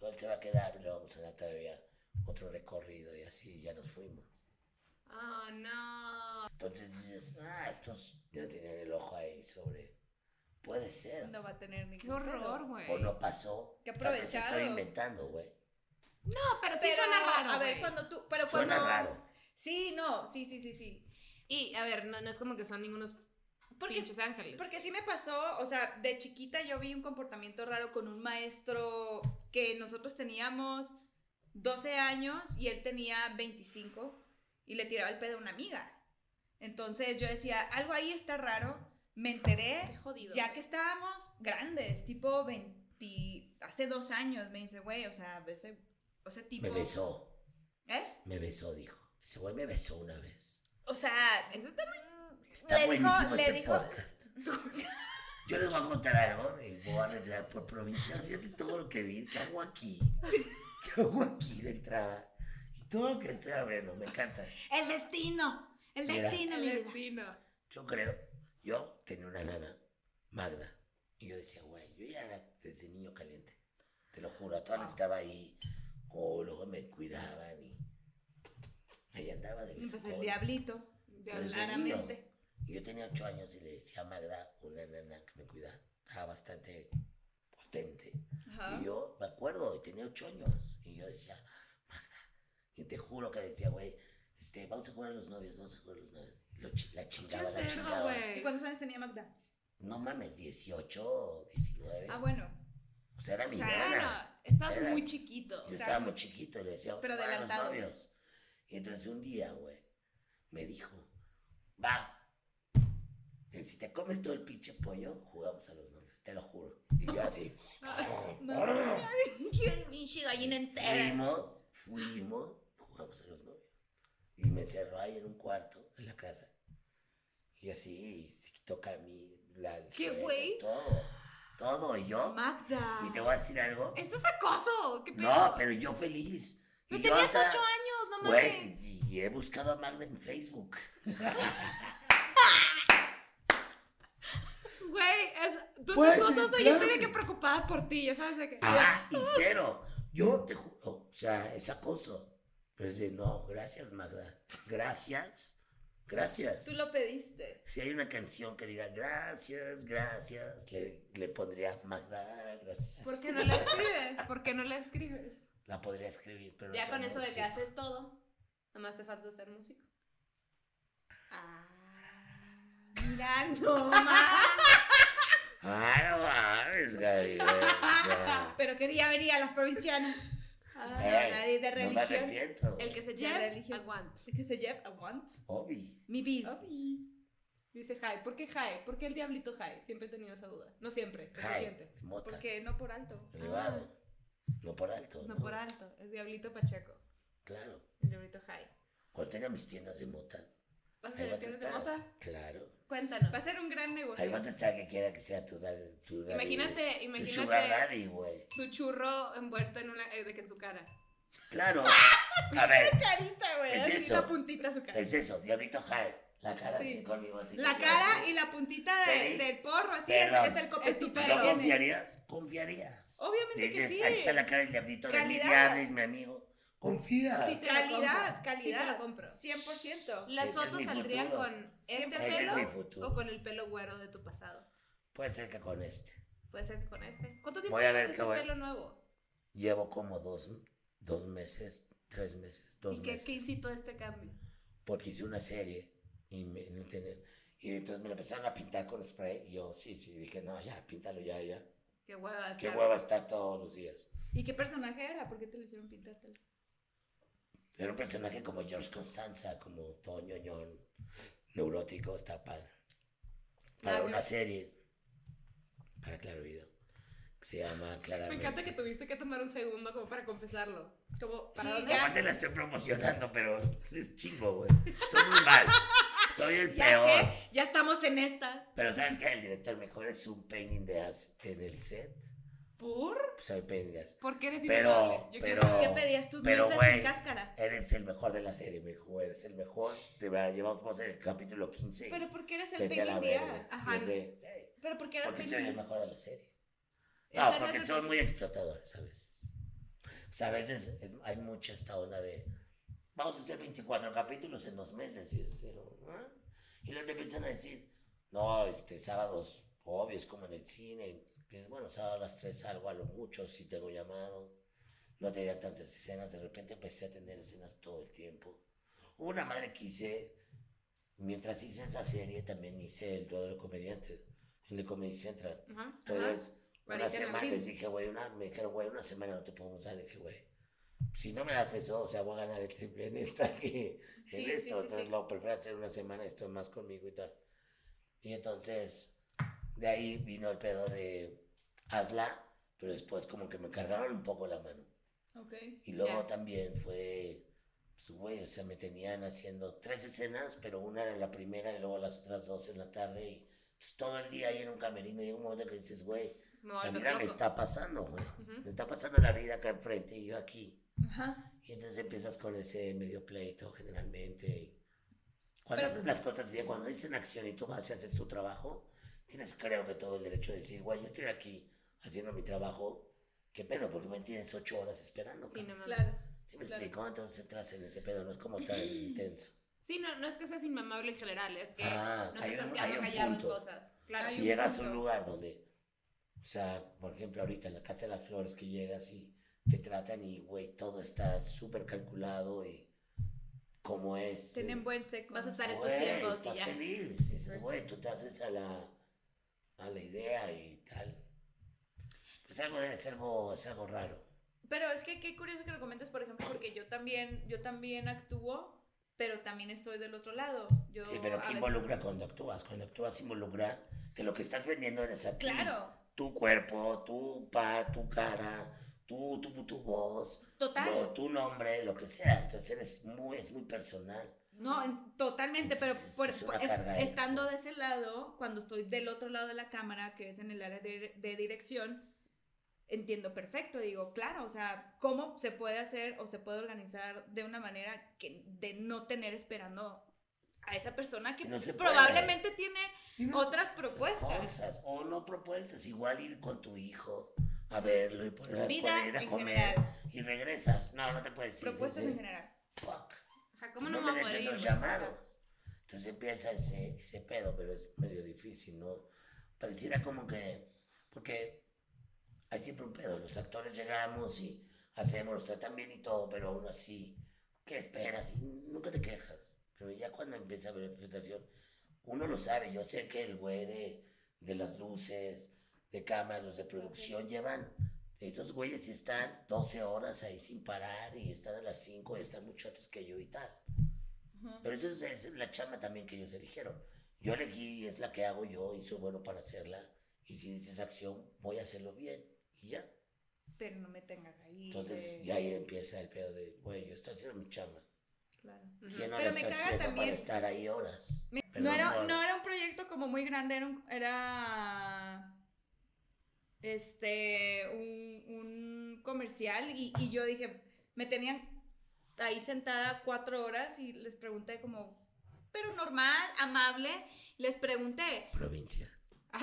Luego él se va a quedar y le vamos a dar todavía otro recorrido y así ya nos fuimos. Oh, no. Entonces dices, ah, estos ya tenían el ojo ahí sobre. Puede ser. No va a tener ningún Qué horror, pedo. güey. O no pasó. Qué Tal vez estoy aprovechados. inventando, güey. No, pero sí Pero, suena raro. A ver, güey. cuando tú. Pero Suena cuando. raro. Sí, no, sí, sí, sí, sí. Y, a ver, no, no es como que son ningunos Porque, pinches ángeles. porque sí me pasó, o sea, de chiquita yo vi un comportamiento raro con un maestro que nosotros teníamos 12 años y él tenía 25 y le tiraba el pedo a una amiga. Entonces yo decía, algo ahí está raro, me enteré Qué jodido. ya que estábamos grandes, tipo 20, hace dos años, me dice, güey, o sea, ese, o sea, tipo... Me besó. ¿Eh? Me besó, dijo. Ese güey me besó una vez. O sea, Eso está muy... Está le buenísimo dijo, este le dijo, podcast. Yo les voy a contar algo y voy a arriesgar por provincia. Fíjate todo lo que vi. ¿Qué hago aquí? ¿Qué hago aquí de entrada? Y todo lo que estoy abriendo, me encanta. el destino, el Mira. destino, mi vida. destino. Yo creo, yo tenía una nana, Magda, y yo decía, güey, yo ya era desde niño caliente. Te lo juro, a todas las estaba ahí. O luego me cuidaban y ahí andaba de Pues el besucón. diablito, De Pues hablar. sí. claramente. Y Yo tenía ocho años y le decía a Magda, una nana que me cuidaba, estaba bastante potente. Ajá. Y yo me acuerdo, y tenía ocho años. Y yo decía, Magda, y te juro que decía, güey, este, vamos a jugar a los novios, vamos a jugar a los novios. Y lo chi- la chingaba, la Pinche cerdo, chingaba. ¿Y güey. cuántos años tenía Magda? No mames, 18 o 19. Ah, bueno. o sea, era O mi sea, nana. bueno, estás Era- muy chiquito. Yo o sea, estaba muy chiquito, le decía, vamos pero a jugar a los adelantado. novios. Y entonces un día, güey, me dijo, va, que si te comes todo el pinche pollo, jugamos a los novios, te lo juro. Y yo así. "Oh, no. Qué pinche gallina entera. Fuimos, fuimos, jugamos a los novios. Y me encerró ahí en un cuarto de la casa. Y así se quitó Cami, la el ¿Qué, suéter, güey? Todo, todo. Y yo, Magda. y te voy a decir algo. Esto es acoso. ¿Qué pedo? No, pero yo feliz. Pero Y yo tenías hasta- ocho años, no Güey, mames. y y he buscado a Magda en Facebook. Güey, es... tú Pues sí, tus cosas, yo claro estoy de que- Ah. que preocupada por ti, ya sabes de que... Ajá, y cero. Yo te juro, o sea, es acoso. Pero es de, no, gracias, Magda. Gracias, gracias. Tú lo pediste. Si hay una canción que diga gracias, gracias, le, le pondría Magda, gracias. ¿Por qué no la escribes? ¿Por qué no la escribes? La podría escribir, pero Ya soy con eso de que músico. haces todo, nomás te falta ser músico. Mira, no más. Ah, no mames, Gaby. güey, ya. Pero quería venir a las provincianas. Ah, Ey, nadie de Ah. No me religión. arrepiento. El que se La lleve, religión. aguanta. ¿Qué se lleva? ¿A want? Obi. Mi vida. Dice Jai, ¿por qué Jai? ¿Por qué el diablito Jai? Siempre he tenido esa duda. No siempre, es Jai, reciente. Mota. Porque no por alto. Elevado. No por alto. Ah. No por alto, es diablito Pacheco, Claro. el diablito Jai. Cuando tenga mis tiendas de mota. ¿Vas a ahí tener vas a tiendas de estar. mota? Claro. Cuéntanos. Va a ser un gran negocio. Ahí vas a estar que quiera que sea tu daddy. Tu daddy, Imagínate, Tu sugar imagínate daddy, güey. su churro envuelto en una, eh, de que en su cara. Claro. A ver. Carita, güey. Es así eso. la puntita a su cara. Es eso, Diablito High. La cara Sí. así con mi botita. La cara y la puntita de- Feliz. del porro, así es, Perdón. es el Es tu copetito. perro. ¿No que tiene. confiarías? Confiarías. Obviamente Dices, que sí. ahí está la cara del Diablito de mi Calidad. diable, es mi amigo. Confía. Sí, te lo Calidad, compro. Sí, te calidad. lo compro. 100%. Las Ese es fotos mi saldrían futuro. con este Siempre. Ese es mi pelo futuro. o con el pelo güero de tu pasado. Puede ser que con este. Puede ser que con este. ¿Cuánto tiempo Voy a ver llevas qué de voy- pelo nuevo? Llevo como dos, dos meses, tres meses, dos ¿Y qué, meses. qué incitó este cambio? Porque hice una serie y me, no tenía- y entonces me lo empezaron a pintar con spray. Y yo, sí, sí, dije, no, ya, píntalo ya, ya. Qué hueva. Qué estar- hueva estar todos los días. ¿Y qué personaje era? ¿Por qué te lo hicieron pintártelo? Pero un personaje como George Constanza, como todo ñoñón, neurótico, está padre. Para Ah, una yo- serie, para Claro Video, que se llama Claramente. Me encanta que tuviste que tomar un segundo como para confesarlo. Como, ¿para Sí, dónde? ya. Aparte la estoy promocionando, pero es chingo, güey. Estoy muy mal. Soy el Ya peor. que ya estamos en estas. Pero ¿sabes qué? El director mejor es un pain in the ass en el set. ¿Por? Soy pain in the ass. ¿Por qué eres Pero- intocable? Yo quiero pero- saber. ¿Qué pedías tus pero, nueces güey. sin cáscara? Eres el mejor de la serie, me dijo. Eres el mejor. De verdad, llevamos en el capítulo 15. Pero ¿por qué eres el Vete a la Penny verga. Díaz? Ajá. Yo sé, "Ey, Pero ¿por qué eres Porque soy el Penny? mejor de la serie. Eso No, no porque es- son muy explotadores a veces. O sea, a veces eh, hay mucha esta onda de. Vamos a hacer 24 capítulos en dos meses. Y, es, eh, ¿ah? y luego te empiezan a decir, no, este, sábados, obvio, es como en el cine. Y es, bueno, sábado a las 3 salgo a lo mucho, si tengo llamado. No tenía tantas escenas. De repente empecé a tener escenas todo el tiempo. Hubo una madre que hice. Mientras hice esa serie, también hice el duelo de comediantes en el Comedy Central. Ajá, ajá. Entonces, una Ahorita en semana abril. les dije, güey, una, me dijeron, güey, una semana no te podemos dar. Le dije, güey, si no me das eso, o sea, voy a ganar el triple en esta que en Sí, sí, esto. sí, entonces, sí. lo prefiero hacer una semana, estoy más conmigo y tal. Y entonces, de ahí vino el pedo de hazla, pero después, como que me cargaron un poco la mano. Ok. Y luego Ya. también fue, pues, güey, o sea, me tenían haciendo tres escenas, pero una era la primera y luego las otras dos en la tarde. Y pues, todo el día ahí en un camerino. Y llega un momento que dices, güey, Me la voy vida loco. me está pasando, güey. Ujú. Me está pasando la vida acá enfrente y yo aquí. Ajá. Y entonces empiezas con ese medio pleito generalmente. y Cuando Pero- haces las cosas bien, cuando dicen acción y tú vas y haces tu trabajo, tienes creo que todo el derecho de decir, güey, yo estoy aquí haciendo mi trabajo. ¿Qué pedo? Porque me tienes ocho horas esperando. Sí, cabrón?". no mames. Claro. ¿Sí me Claro. explicó? Entonces entras en ese pedo, no es como tan intenso. Sí, no, no es que seas inmamable en general, es que Ah, no te hay estás un- hay quedando un callado en punto. cosas. Claro. Hay Si un llegas a un punto. lugar donde, o sea, por ejemplo, ahorita en la Casa de las Flores que llegas y te tratan y, güey, todo está súper calculado y cómo es. Tienen buen seco. Vas a estar estos Güey, tiempos y estás ya. feliz. Dices, güey, tú te haces a la, a la idea y tal. Pues algo es algo, es algo raro. Pero es que qué curioso que lo comentes, por ejemplo, porque yo también, yo también actúo, pero también estoy del otro lado. Yo, Sí, pero a ¿qué veces- involucra cuando actúas? Cuando actúas involucra que lo que estás vendiendo eres a ti. Claro, Tu cuerpo, tu pa, tu cara, tu, tu, tu voz, total. lo- tu nombre, lo que sea. Entonces eres muy, es muy personal. No, en- totalmente, pero Es- por- es una es- carga extra. estando de ese lado, cuando estoy del otro lado de la cámara, que es en el área de, de dirección, entiendo perfecto, digo, claro, o sea, cómo se puede hacer o se puede organizar de una manera que, de no tener esperando a esa persona que Que no se puede. probablemente tiene Y no- otras propuestas. Cosas, o no propuestas, igual ir con tu hijo a verlo y poner Vida poner a en comer general, y regresas. No, no te puedes ir. propuestas dices, en general. Fuck. Ajá, ¿Cómo no no, me me voy des a poder ir? esos güey? llamados. Entonces empieza ese, ese pedo, pero es medio difícil, ¿no? Pareciera como que, porque hay siempre un pedo, los actores llegamos y hacemos, nos tratan bien y todo, pero aún así, ¿qué esperas? Y nunca te quejas. Pero ya cuando empieza a haber explotación, uno lo sabe, yo sé que el güey de, de las luces, de cámaras, los de producción llevan, estos güeyes sí están 12 horas ahí sin parar y están a las 5 y están mucho antes que yo y tal. Ujú. Pero eso es, es la chamba también que ellos eligieron. Yo elegí, es la que hago yo y soy bueno para hacerla. Y si dices acción, voy a hacerlo bien. Y ya. Pero no me tengas ahí. eh, Entonces, de- ya ahí empieza el pedo de, güey, yo estoy haciendo mi chamba. Claro. Ujú. ¿Quién no Pero la me está caga haciendo para también- estar ahí horas? Me- no, Perdón, era, por- no era un proyecto como muy grande, era, un- era, este, un, un comercial y, y yo dije, me tenían ahí sentada cuatro horas y les pregunté como, pero normal, amable, les pregunté, Provincia. Eh,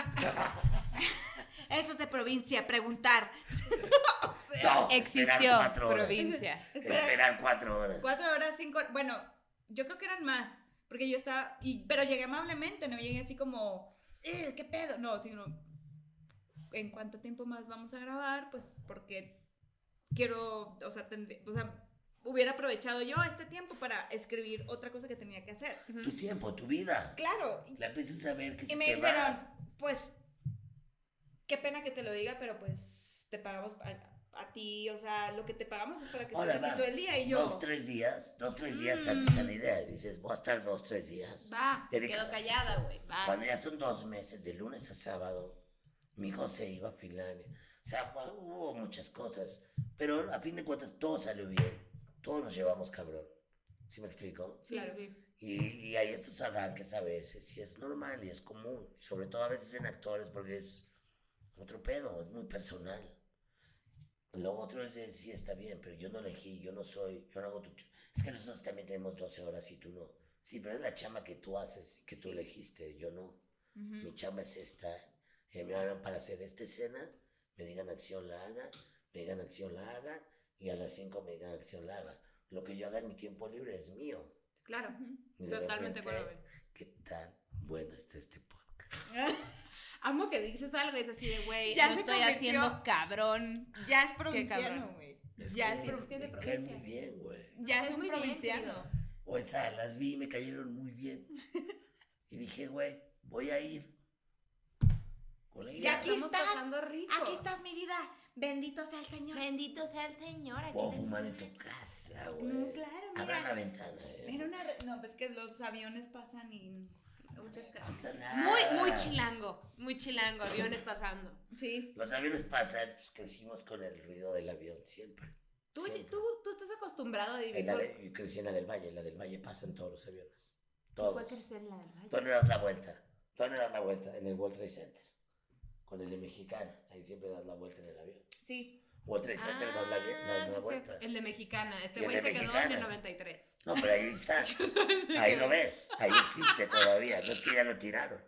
eso es de provincia, preguntar. O sea, No, Existió esperar cuatro horas. provincia. Esperar cuatro horas. Cuatro horas, cinco horas. Bueno, yo creo que eran más. Porque yo estaba. y- pero llegué amablemente, no llegué así como. "Eh, ¿Qué pedo? No, sino. ¿En cuánto tiempo más vamos a grabar? Pues porque quiero. O sea, tendré. O sea, hubiera aprovechado yo este tiempo para escribir otra cosa que tenía que hacer. Tu tiempo, tu vida. Claro. y- La empiezas a ver que Y se me te dijeron, va. pues. Qué pena que te lo diga, pero pues te pagamos. a- a ti, o sea, lo que te pagamos es para que Ahora estés aquí va. todo el día y yo. Mm. Dos, tres días, dos, tres días te haces a la idea y dices, voy a estar dos, tres días. Va, Te me de- quedo callada, güey. Va. Cuando ya son dos meses, de lunes a sábado, mi hijo se iba a Finlandia. O sea, fue- hubo muchas cosas. Pero a fin de cuentas, todo salió bien. Todos nos llevamos cabrón. ¿Sí me explico? Sí, Claro. sí, sí. Y, y hay estos arranques a veces, y es normal y es común, y sobre todo a veces en actores, porque es otro pedo, es muy personal. Lo otro es de, sí está bien, pero yo no elegí, yo no soy, yo no hago tu. ch- Es que nosotros también tenemos 12 horas y tú no. Sí, pero es la chama que tú haces, que tú elegiste, yo no. Mi Ujú. chama es esta. eh, me hablan para hacer esta escena, me digan acción la haga, me digan acción la haga, y a las 5 me digan acción la haga. Lo que yo haga en mi tiempo libre es mío. Claro. Y de Totalmente de repente, acuerdo, güey. qué tan bueno está este podcast. Amo que dices algo y es así de, güey, Ya lo se estoy convirtió- haciendo cabrón. Ya es cabrón. provinciano, güey. Ya es pro- es que es de me cae muy provincia. bien, güey. Ya Estás es un Pues muy bien, provinciano. querido. O sea, las vi y me cayeron muy bien. Y dije, güey, voy a ir. Con la Y idea. aquí Estamos estás, pasando rico. Aquí estás mi vida. Bendito sea el Señor. Bendito sea el Señor. aquí Puedo te- fumar en tu casa, Mm, güey. claro, Abra mira. la ventana, Era eh. una re- No, es que los aviones pasan y. Muchas No gracias. pasa Muy, nada. muy chilango. Muy chilango. Aviones pasando. Sí. Los aviones pasan, pues crecimos con el ruido del avión siempre. Tú, siempre. tú, tú estás acostumbrado a En vivir la con... de- yo crecí en la del Valle, en la del Valle pasan todos los aviones. Fue a Todos. crecer la del Valle. Tú no das la vuelta. Tú no das la vuelta en el World Trade Center. Con el de Mexicana. Ahí siempre das la vuelta en el avión. Sí. World Trade Center das la, vi- Ah, das sí, la es vuelta. cierto. El de Mexicana. Este Y el güey de se quedó en el Mexicana. 93. No, pero ahí está. Ahí lo ves. Ahí existe todavía. No es que ya lo tiraron.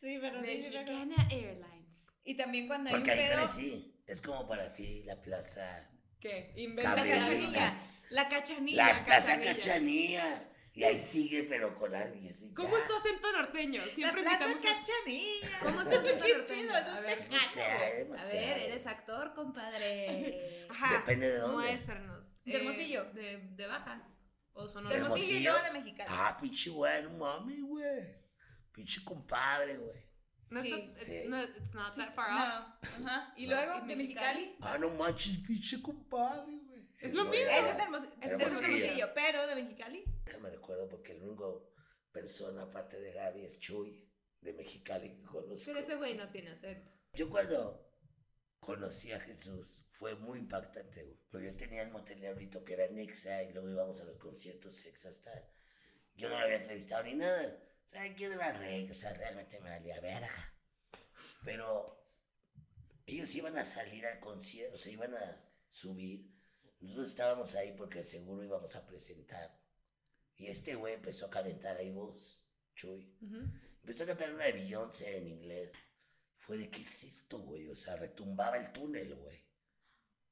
Sí, pero sí, sí, pero- Mexicana Airlines. Y también cuando hay un Porque ahí pedo. crecí. Es como para ti la plaza. ¿Qué? Cambio Inventa la de cachanilla. plaza. La cachanilla. La plaza cachanilla. Cachanilla. Y ahí sigue, pero con la. y así, ¿Cómo ya. es tu acento norteño? La Siempre plaza invitamos a- cachanilla. ¿Cómo es tu acento ¿Qué norteño? pedo? Eso está A ver, O sea, a demasiado. ver, eres actor, compadre. Ajá. Depende de dónde. Muéstranos. De Eh, Hermosillo. De, de Baja. O De Sonora. Hermosillo y Hermosillo. luego de Mexicali. Ah, pinche güey, no mames, güey. Pinche compadre, güey. No, Sí. está, Sí. no, it's not that far No, off. Ajá. Y No. luego ¿Y de Mexicali? Mexicali. Ah, no manches, pinche compadre, güey. Es lo Güey, mismo. Ese es de Hermosillo. Es Ese es de Hermosillo. Hermosillo, pero de Mexicali. Déjame recuerdo porque el único persona aparte de Gaby es Chuy, de Mexicali, que conozco. Pero ese güey no tiene acento. Yo cuando conocí a Jesús fue muy impactante, güey. Porque yo tenía el motel diablito que era Nexa y luego íbamos a los conciertos Nexa hasta... Yo no lo había entrevistado ni nada. ¿Saben quién era rey? O sea, realmente me valía verga. Pero ellos iban a salir al concierto, se iban a subir. Nosotros estábamos ahí porque seguro íbamos a presentar. Y este güey empezó a calentar ahí voz, Chuy. Empezó a cantar una de Beyoncé en inglés. Fue de, ¿qué es esto, güey? O sea, retumbaba el túnel, güey.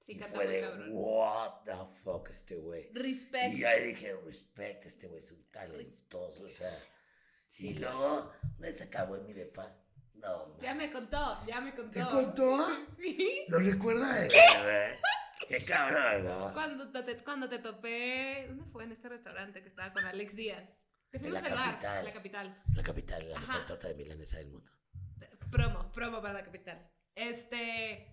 Sí, y canta fue muy de, cabrón. what the fuck, este güey. Respect. Y yo ahí dije, respect, este güey es un talentoso, o sea. Y luego, ¿dónde se acabó en mi depa? No, mames. Ya me contó, ya me contó. ¿Te contó? Sí. ¿Lo recuerda? ¿Qué? Qué cabrón, ¿no? Cuando te, cuando te topé, ¿dónde fue? En este restaurante que estaba con Alex Díaz. Te En fuimos la al bar, capital. en la capital. La capital, la Ajá. mejor torta de milanesa del mundo. Promo, promo para la capital. Este.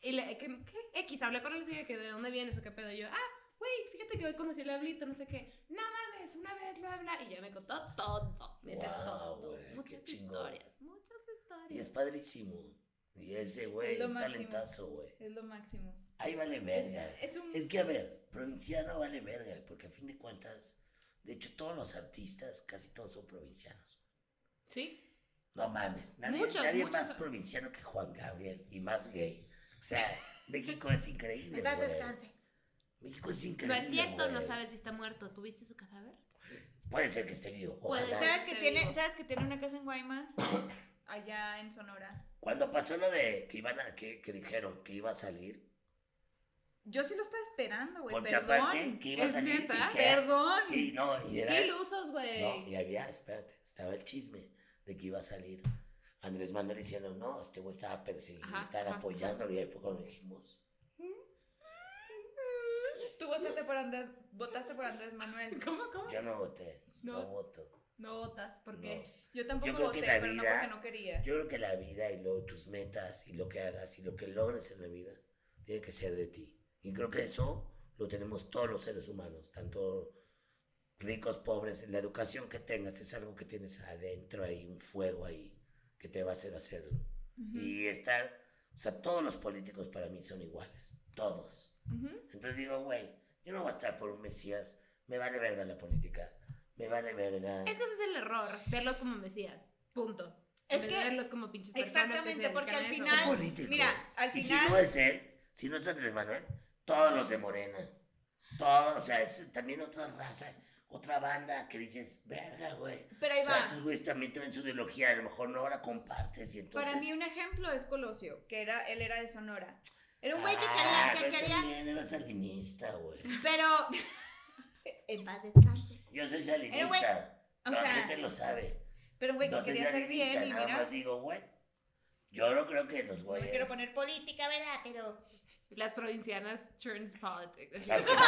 Y le, ¿qué, qué? X, hablé con él y dije que de dónde vienes o qué pedo. Y yo, ah, güey, fíjate que hoy conocí el Diablito, no sé qué. No mames, una vez lo habla. Y ya me contó todo. Me sé Guau, todo. güey, qué muchas chingón. historias, muchas Y es historias. padrísimo. Y ese güey, Es lo un máximo. talentazo, güey. Es lo máximo. Ahí vale Es, verga. es un. Es que, a ver, provinciano vale verga, porque a fin de cuentas, de hecho, todos los artistas, casi todos son provincianos. Sí, No mames, nadie, Muchos, nadie muchos más son- provinciano que Juan Gabriel y más gay. O sea, México es increíble. Paz güey. descanse. México es increíble. no es cierto, no güey. sabes si está muerto. ¿Tuviste su cadáver? Puede ser que esté vivo. Puede Ojalá. ¿Sabes que, Te tiene, digo. ¿Sabes que tiene una casa en Guaymas? Allá en Sonora. Cuando pasó lo de que iban a, que, que dijeron que iba a salir, Yo sí lo estaba esperando, güey. porque Perdón. aparte que iba a Pues ¿Es salir. y neta? que- Perdón. Sí, no, y era. ¡Qué ilusos, güey! No, y había, espérate, estaba el chisme de que iba a salir Andrés Manuel diciendo, no, este güey estaba perseguido, Ajá, están ajá. apoyándolo, y ahí fue cuando dijimos, Tú votaste por Andrés, votaste por Andrés Manuel. ¿Cómo, cómo? yo no voté, no, No. voto. No votas, ¿por qué? Yo Yo tampoco creo que voté, la pero no vida- porque no quería. no. Yo creo que la vida y luego tus metas y lo que hagas y lo que logres en la vida tiene que ser de ti. Y creo que eso lo tenemos todos los seres humanos, tanto ricos, pobres, la educación que tengas es algo que tienes adentro ahí, un fuego ahí que te va a hacer hacerlo. Ujú, Y estar, o sea, todos los políticos para mí son iguales, todos. ujú. Entonces digo, güey, yo no voy a estar por un Mesías, me vale verga la política, me vale verga. Es que ese es el error, verlos como mesías. Punto. Es Es que- verlos como pinches personas. exactamente, porque al Son final- políticos. mira, al Y final- si no es él, si no es Andrés Manuel, todos los de Morena, todos, o sea, es también otra raza, otra banda que dices, verga, güey. Pero O ahí sea, va. tus güeyes también traen su ideología, a lo mejor no la compartes y entonces... Para mí un ejemplo es Colosio, que era, él era de Sonora. Era un güey que quería, Ah, que pero quería, también era salinista, güey. pero, En paz descanse. Yo soy Era un güey- salinista, o la sea, gente lo sabe. pero un güey que Entonces, quería ser bien y nada mira, más digo, güey, yo no creo que los no güeyes... me quiero poner Política, ¿verdad? Pero Las provincianas turns politics. Las, que no,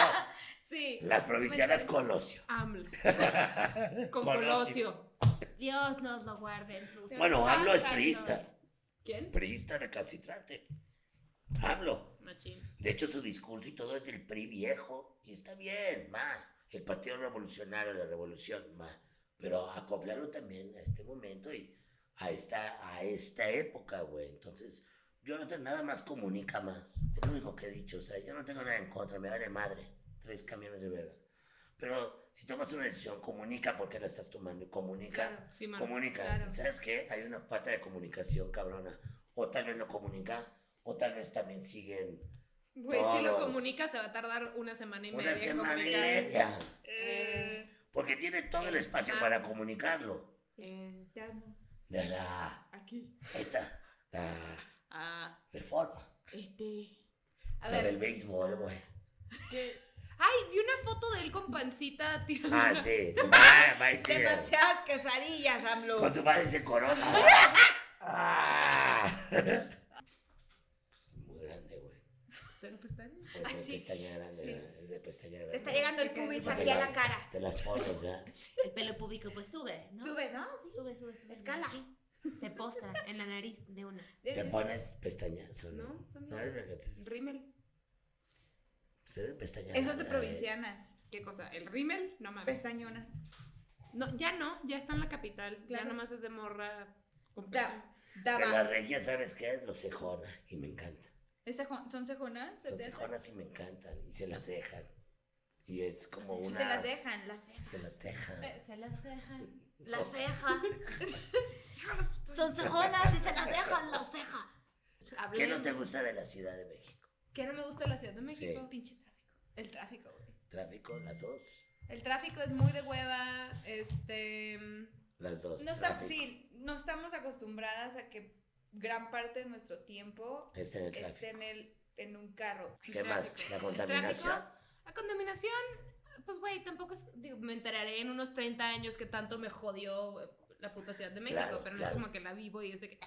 Sí. las provincianas Colosio. AMLO. Con Colosio. Colosio. Dios nos lo guarde en sus... pues, Bueno, AMLO es santas glorias. priista, ¿Quién? priista recalcitrante. AMLO. Machín. De hecho, su discurso y todo es del PRI viejo. Y está bien, ma. El Partido Revolucionario, la revolución, ma. Pero acoplarlo también a este momento y a esta, a esta época, güey. Entonces, yo no tengo nada más comunica más. Es lo único que he dicho. O sea, yo no tengo nada en contra. Me vale madre. Tres camiones de verga. Pero si tomas una decisión, comunica por qué la estás tomando. y Comunica Claro, sí, mano. comunica. Claro. ¿Sabes qué? Hay una falta de comunicación, cabrona. O tal vez no comunica, o tal vez también siguen Güey, Pues si lo Todos. comunica se va a tardar una semana y media. una en semana y comunicar. media. Eh, Porque tiene todo el espacio Ah. para comunicarlo. eh, Te amo. De la. Aquí. Esta. La ah. reforma. Este. A la del ver. béisbol, güey. ¿qué? Ay, vi una foto de él con pancita tirando. Ah, sí. Va, va y tira. Demasiadas quesadillas, AMLO. Con su madre se corona. güey. Ah. Muy grande, güey. Pero pues está bien. Es de sí. pestaña grande, Sí. ¿verdad? Es de pestaña grande. Te está llegando el Te caes pubis de aquí a la cara. Te las pones, ¿ya? El pelo púbico pues sube, ¿no? Sube, ¿no? Sube, sube, sube. Escala. Se postra en la nariz de una. Te pones pestañas. ¿o No, No, son- no eres de que te- Rímel. se Pues de pestañas. Eso es de eh, provincianas. ¿Qué cosa? ¿El rímel? No mames. Pestañonas. No, ya no, ya está en la capital. Ya Claro. nomás es de morra. con Da- De daba. la regia, ¿sabes qué? es? Los cejona y me encanta. ¿Es cejo- ¿Son cejonas? ¿Se Son te hace? cejonas y me encantan y se las dejan. Y es como Y una. se las dejan, las cejas. Se las dejan. Se las dejan. No, Las cejas. Son cejonas y se las dejan las cejas. Hablé- ¿Qué no te gusta de la Ciudad de México? me gusta de la Ciudad de México? Sí. Pinche tráfico. El tráfico, güey. Tráfico, las dos. El tráfico es muy de hueva. Este. Las dos. No, está- tráfico. sí, no estamos acostumbradas a que gran parte de nuestro tiempo Está en el este tráfico. esté en, el, en un carro. el ¿Qué más? este, La tráfico. El contaminación. tráfico, La contaminación, pues, güey, tampoco es. digo, me enteraré en unos 30 años que tanto me jodió güey, la puta Ciudad de México, Claro, pero no claro. es como que la vivo y es de que.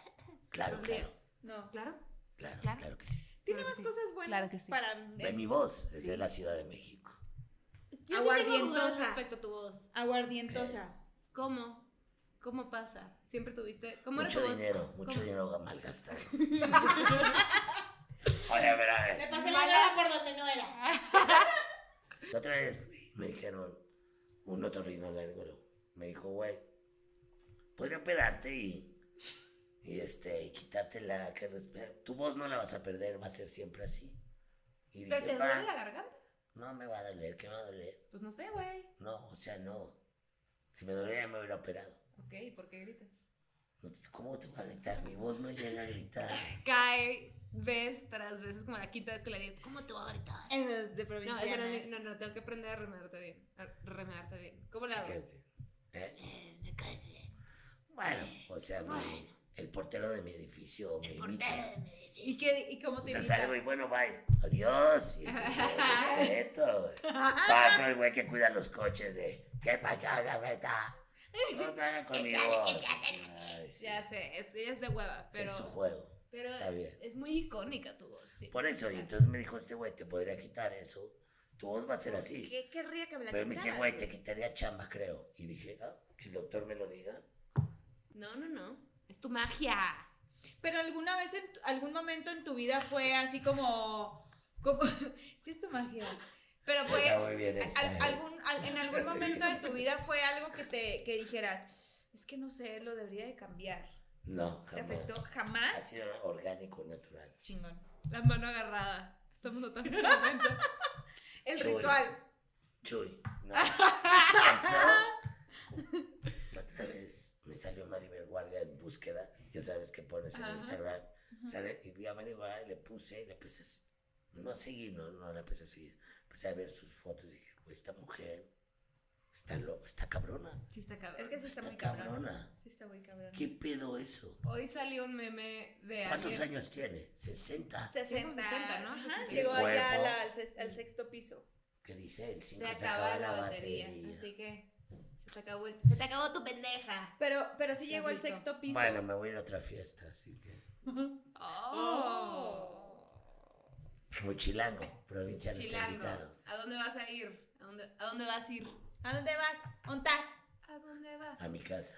Claro, Digo, claro, No. Claro. claro, Claro. claro que sí. Tiene Claro que más sí. cosas buenas Claro que sí. para De mi voz, desde la Ciudad de México. Yo sí tengo dudas Aguardientosa. respecto a tu voz. aguardientosa. ¿Cómo? ¿Cómo pasa? Siempre tuviste. ¿Cómo era tu Mucho voz? dinero, mucho ¿Cómo? dinero malgastado. Oye, a ver, a ver. Me pasé la droga por donde no era. La otra vez fui, me dijeron, un otorrinolaringólogo, me dijo, güey, podría operarte y, y, este, y quitarte la... Que, resp- tu voz no la vas a perder, va a ser siempre así. Y ¿Pero te dije, duele la va, garganta? no me va a doler, ¿qué me va a doler? Pues no sé, güey. No, o sea, no. Si me doliera me hubiera operado. Ok, ¿y por qué gritas? No te- ¿Cómo te voy a gritar? Mi voz no llega a gritar. Cae vez tras vez, es como la quinta vez que le digo. ¿Cómo te voy a gritar? Eso es de No, provincianas. esa no, es mi- no, no, tengo que aprender a remedarte bien. A remedarte bien. ¿Cómo la hago? Fíjense, ¿eh? Eh, me caes bien. Bueno, o sea, mi- el portero de mi edificio me El imita. portero de mi edificio. ¿Y, qué, ¿Y cómo te O sea, imitan? salgo y bueno, bye. Adiós. Y es un güey respeto, güey. Paso el güey que cuida los coches de. ¿Qué pasó, la verdad? No nada conmigo. Ay, sí. Ya sé, es, es de hueva, pero, Es su juego. pero Está bien. es muy icónica tu voz. tío. Por eso, y entonces me dijo este güey, te podría quitar eso. Tu voz va a ser así. ¿Qué querría que me la Pero me dice, quitaran? güey, te quitaría chamba, creo. Y dije, ah, que el doctor me lo diga. No, no, no. Es tu magia. Pero alguna vez, en tu- algún momento en tu vida fue así como, como sí es tu magia, pero fue Está muy bien esta, al- eh. algún, al- en algún momento de tu vida fue algo que te que dijeras, es que no sé, lo debería de cambiar. No, ¿Te jamás. afectó Ha jamás? sido orgánico, natural. Chingón. La mano agarrada. Estamos notando ese momento. El Chuy. ritual. Chuy, no. Eso, Otra vez me salió Maribel Guardia en búsqueda. Ya sabes que pones en Ajá. Instagram. Sale, y vi a Maribel Guardia, le puse y le empecé a s- No a seguir, no, no la empecé a seguir. Empecé a ver sus fotos y dije, "Güey, esta mujer está, lo, está cabrona. Sí, está cabrón. Es que sí está muy cabrón. cabrona. Sí está muy cabrón. ¿Qué pedo eso? Hoy salió un meme de ¿Cuántos alguien. años tiene? 60. 60, 60, ¿no? Ajá, 60. llegó Qué allá a huevo. la- al, ses- al sexto piso. Que dice el 5 Se acaba la batería. Así que se te acabó el. Se te acabó tu pendeja. Pero, pero sí Qué llegó al rico. sexto piso. Bueno, me voy a ir a otra fiesta, así que. Oh. Pues, Muy chilango, provincia de nuestro Chilango. invitado. ¿A dónde vas a ir? ¿A dónde, a dónde vas a ir? ¿A dónde vas? ¿Ontas? ¿A dónde vas? A mi casa.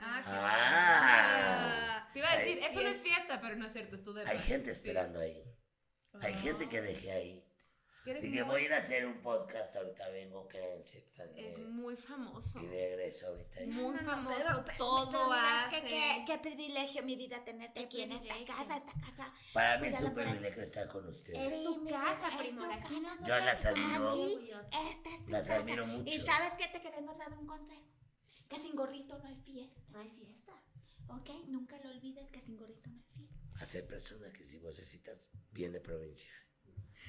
Ah, qué Ah. Ah, Te iba a decir, Ay, eso no es fiesta, pero no es cierto, es tu depa. Hay gente Sí. esperando ahí. Hay gente que dejé ahí. Es que eres Y que muy, voy a ir a hacer un podcast, ahorita vengo, quédense. están es bien. muy famoso. Y regreso ahorita. Muy No, no, no, famoso, pero- pero- pero todo verás hace. que- que- Qué privilegio mi vida tenerte Qué aquí en esta privilegio. casa, esta casa. Para mí es Cuidado un por ahí. privilegio estar con ustedes. Sí, tu mi casa, vida, es primo, tu aquí casa, no- no Yo te- las admiro, Aquí, esta es tu las casa. admiro Y mucho. sabes que te queremos dar un consejo. Que sin gorrito no hay fiesta. No hay fiesta. Ok, nunca lo olvides que sin gorrito no hay fiesta. Hacer personas que si vos necesitas, bien de provincia.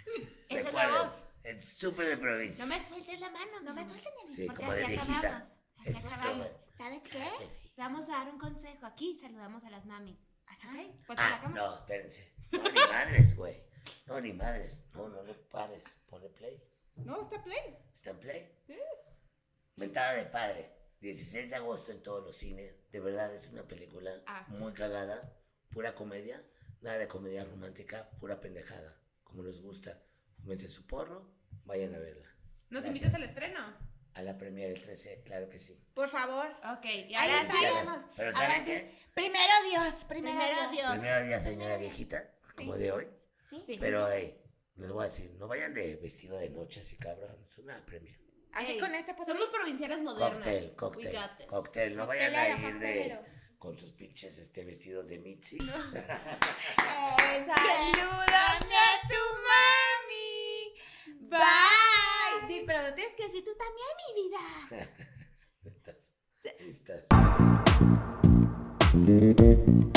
Esa es la Recuerden, voz. Es súper de provincia. No me sueltes la mano, no me sueltes el Sí, porque como de así viejita. acabamos. Así Es acabamos. súper. ¿Sabes qué? Vamos a dar un consejo. Aquí saludamos a las mamis. Ajá. Ponte la Ah, cámara. no, espérense. No, ni madres, güey. No, ni madres. No, no le pares. Ponle play. No, está play. ¿Está en play? Mentada de padre. 16 de agosto en todos los cines. De verdad es una película Ah. muy cagada. Pura comedia. Nada de comedia romántica. Pura pendejada. Como les gusta. Fúmense su porro. Vayan a verla. ¿Nos Gracias. invitas al estreno? A la premiere el 13, claro que sí. Por favor. Ok, y Ahí ahora está. sí. Felicidades. estaremos. Pero ¿saben Ahora qué? Primero Dios, primero, Primero Dios. Primero día señora viejita, como de hoy. ¿Sí? Pero hey, les voy a decir, no vayan de vestido de noche así, cabrón. Es una premia. Así Ey, con esta Somos provincianas modernas. Cóctel, We cóctel. got this. Cóctel, no vayan a Coctelero, ir de coctelero. con sus pinches este, vestidos de Mitzi. Salúdame a tu mami. Bye. Di, pero no tienes que decir tú también. Mi vida. Estás- estás-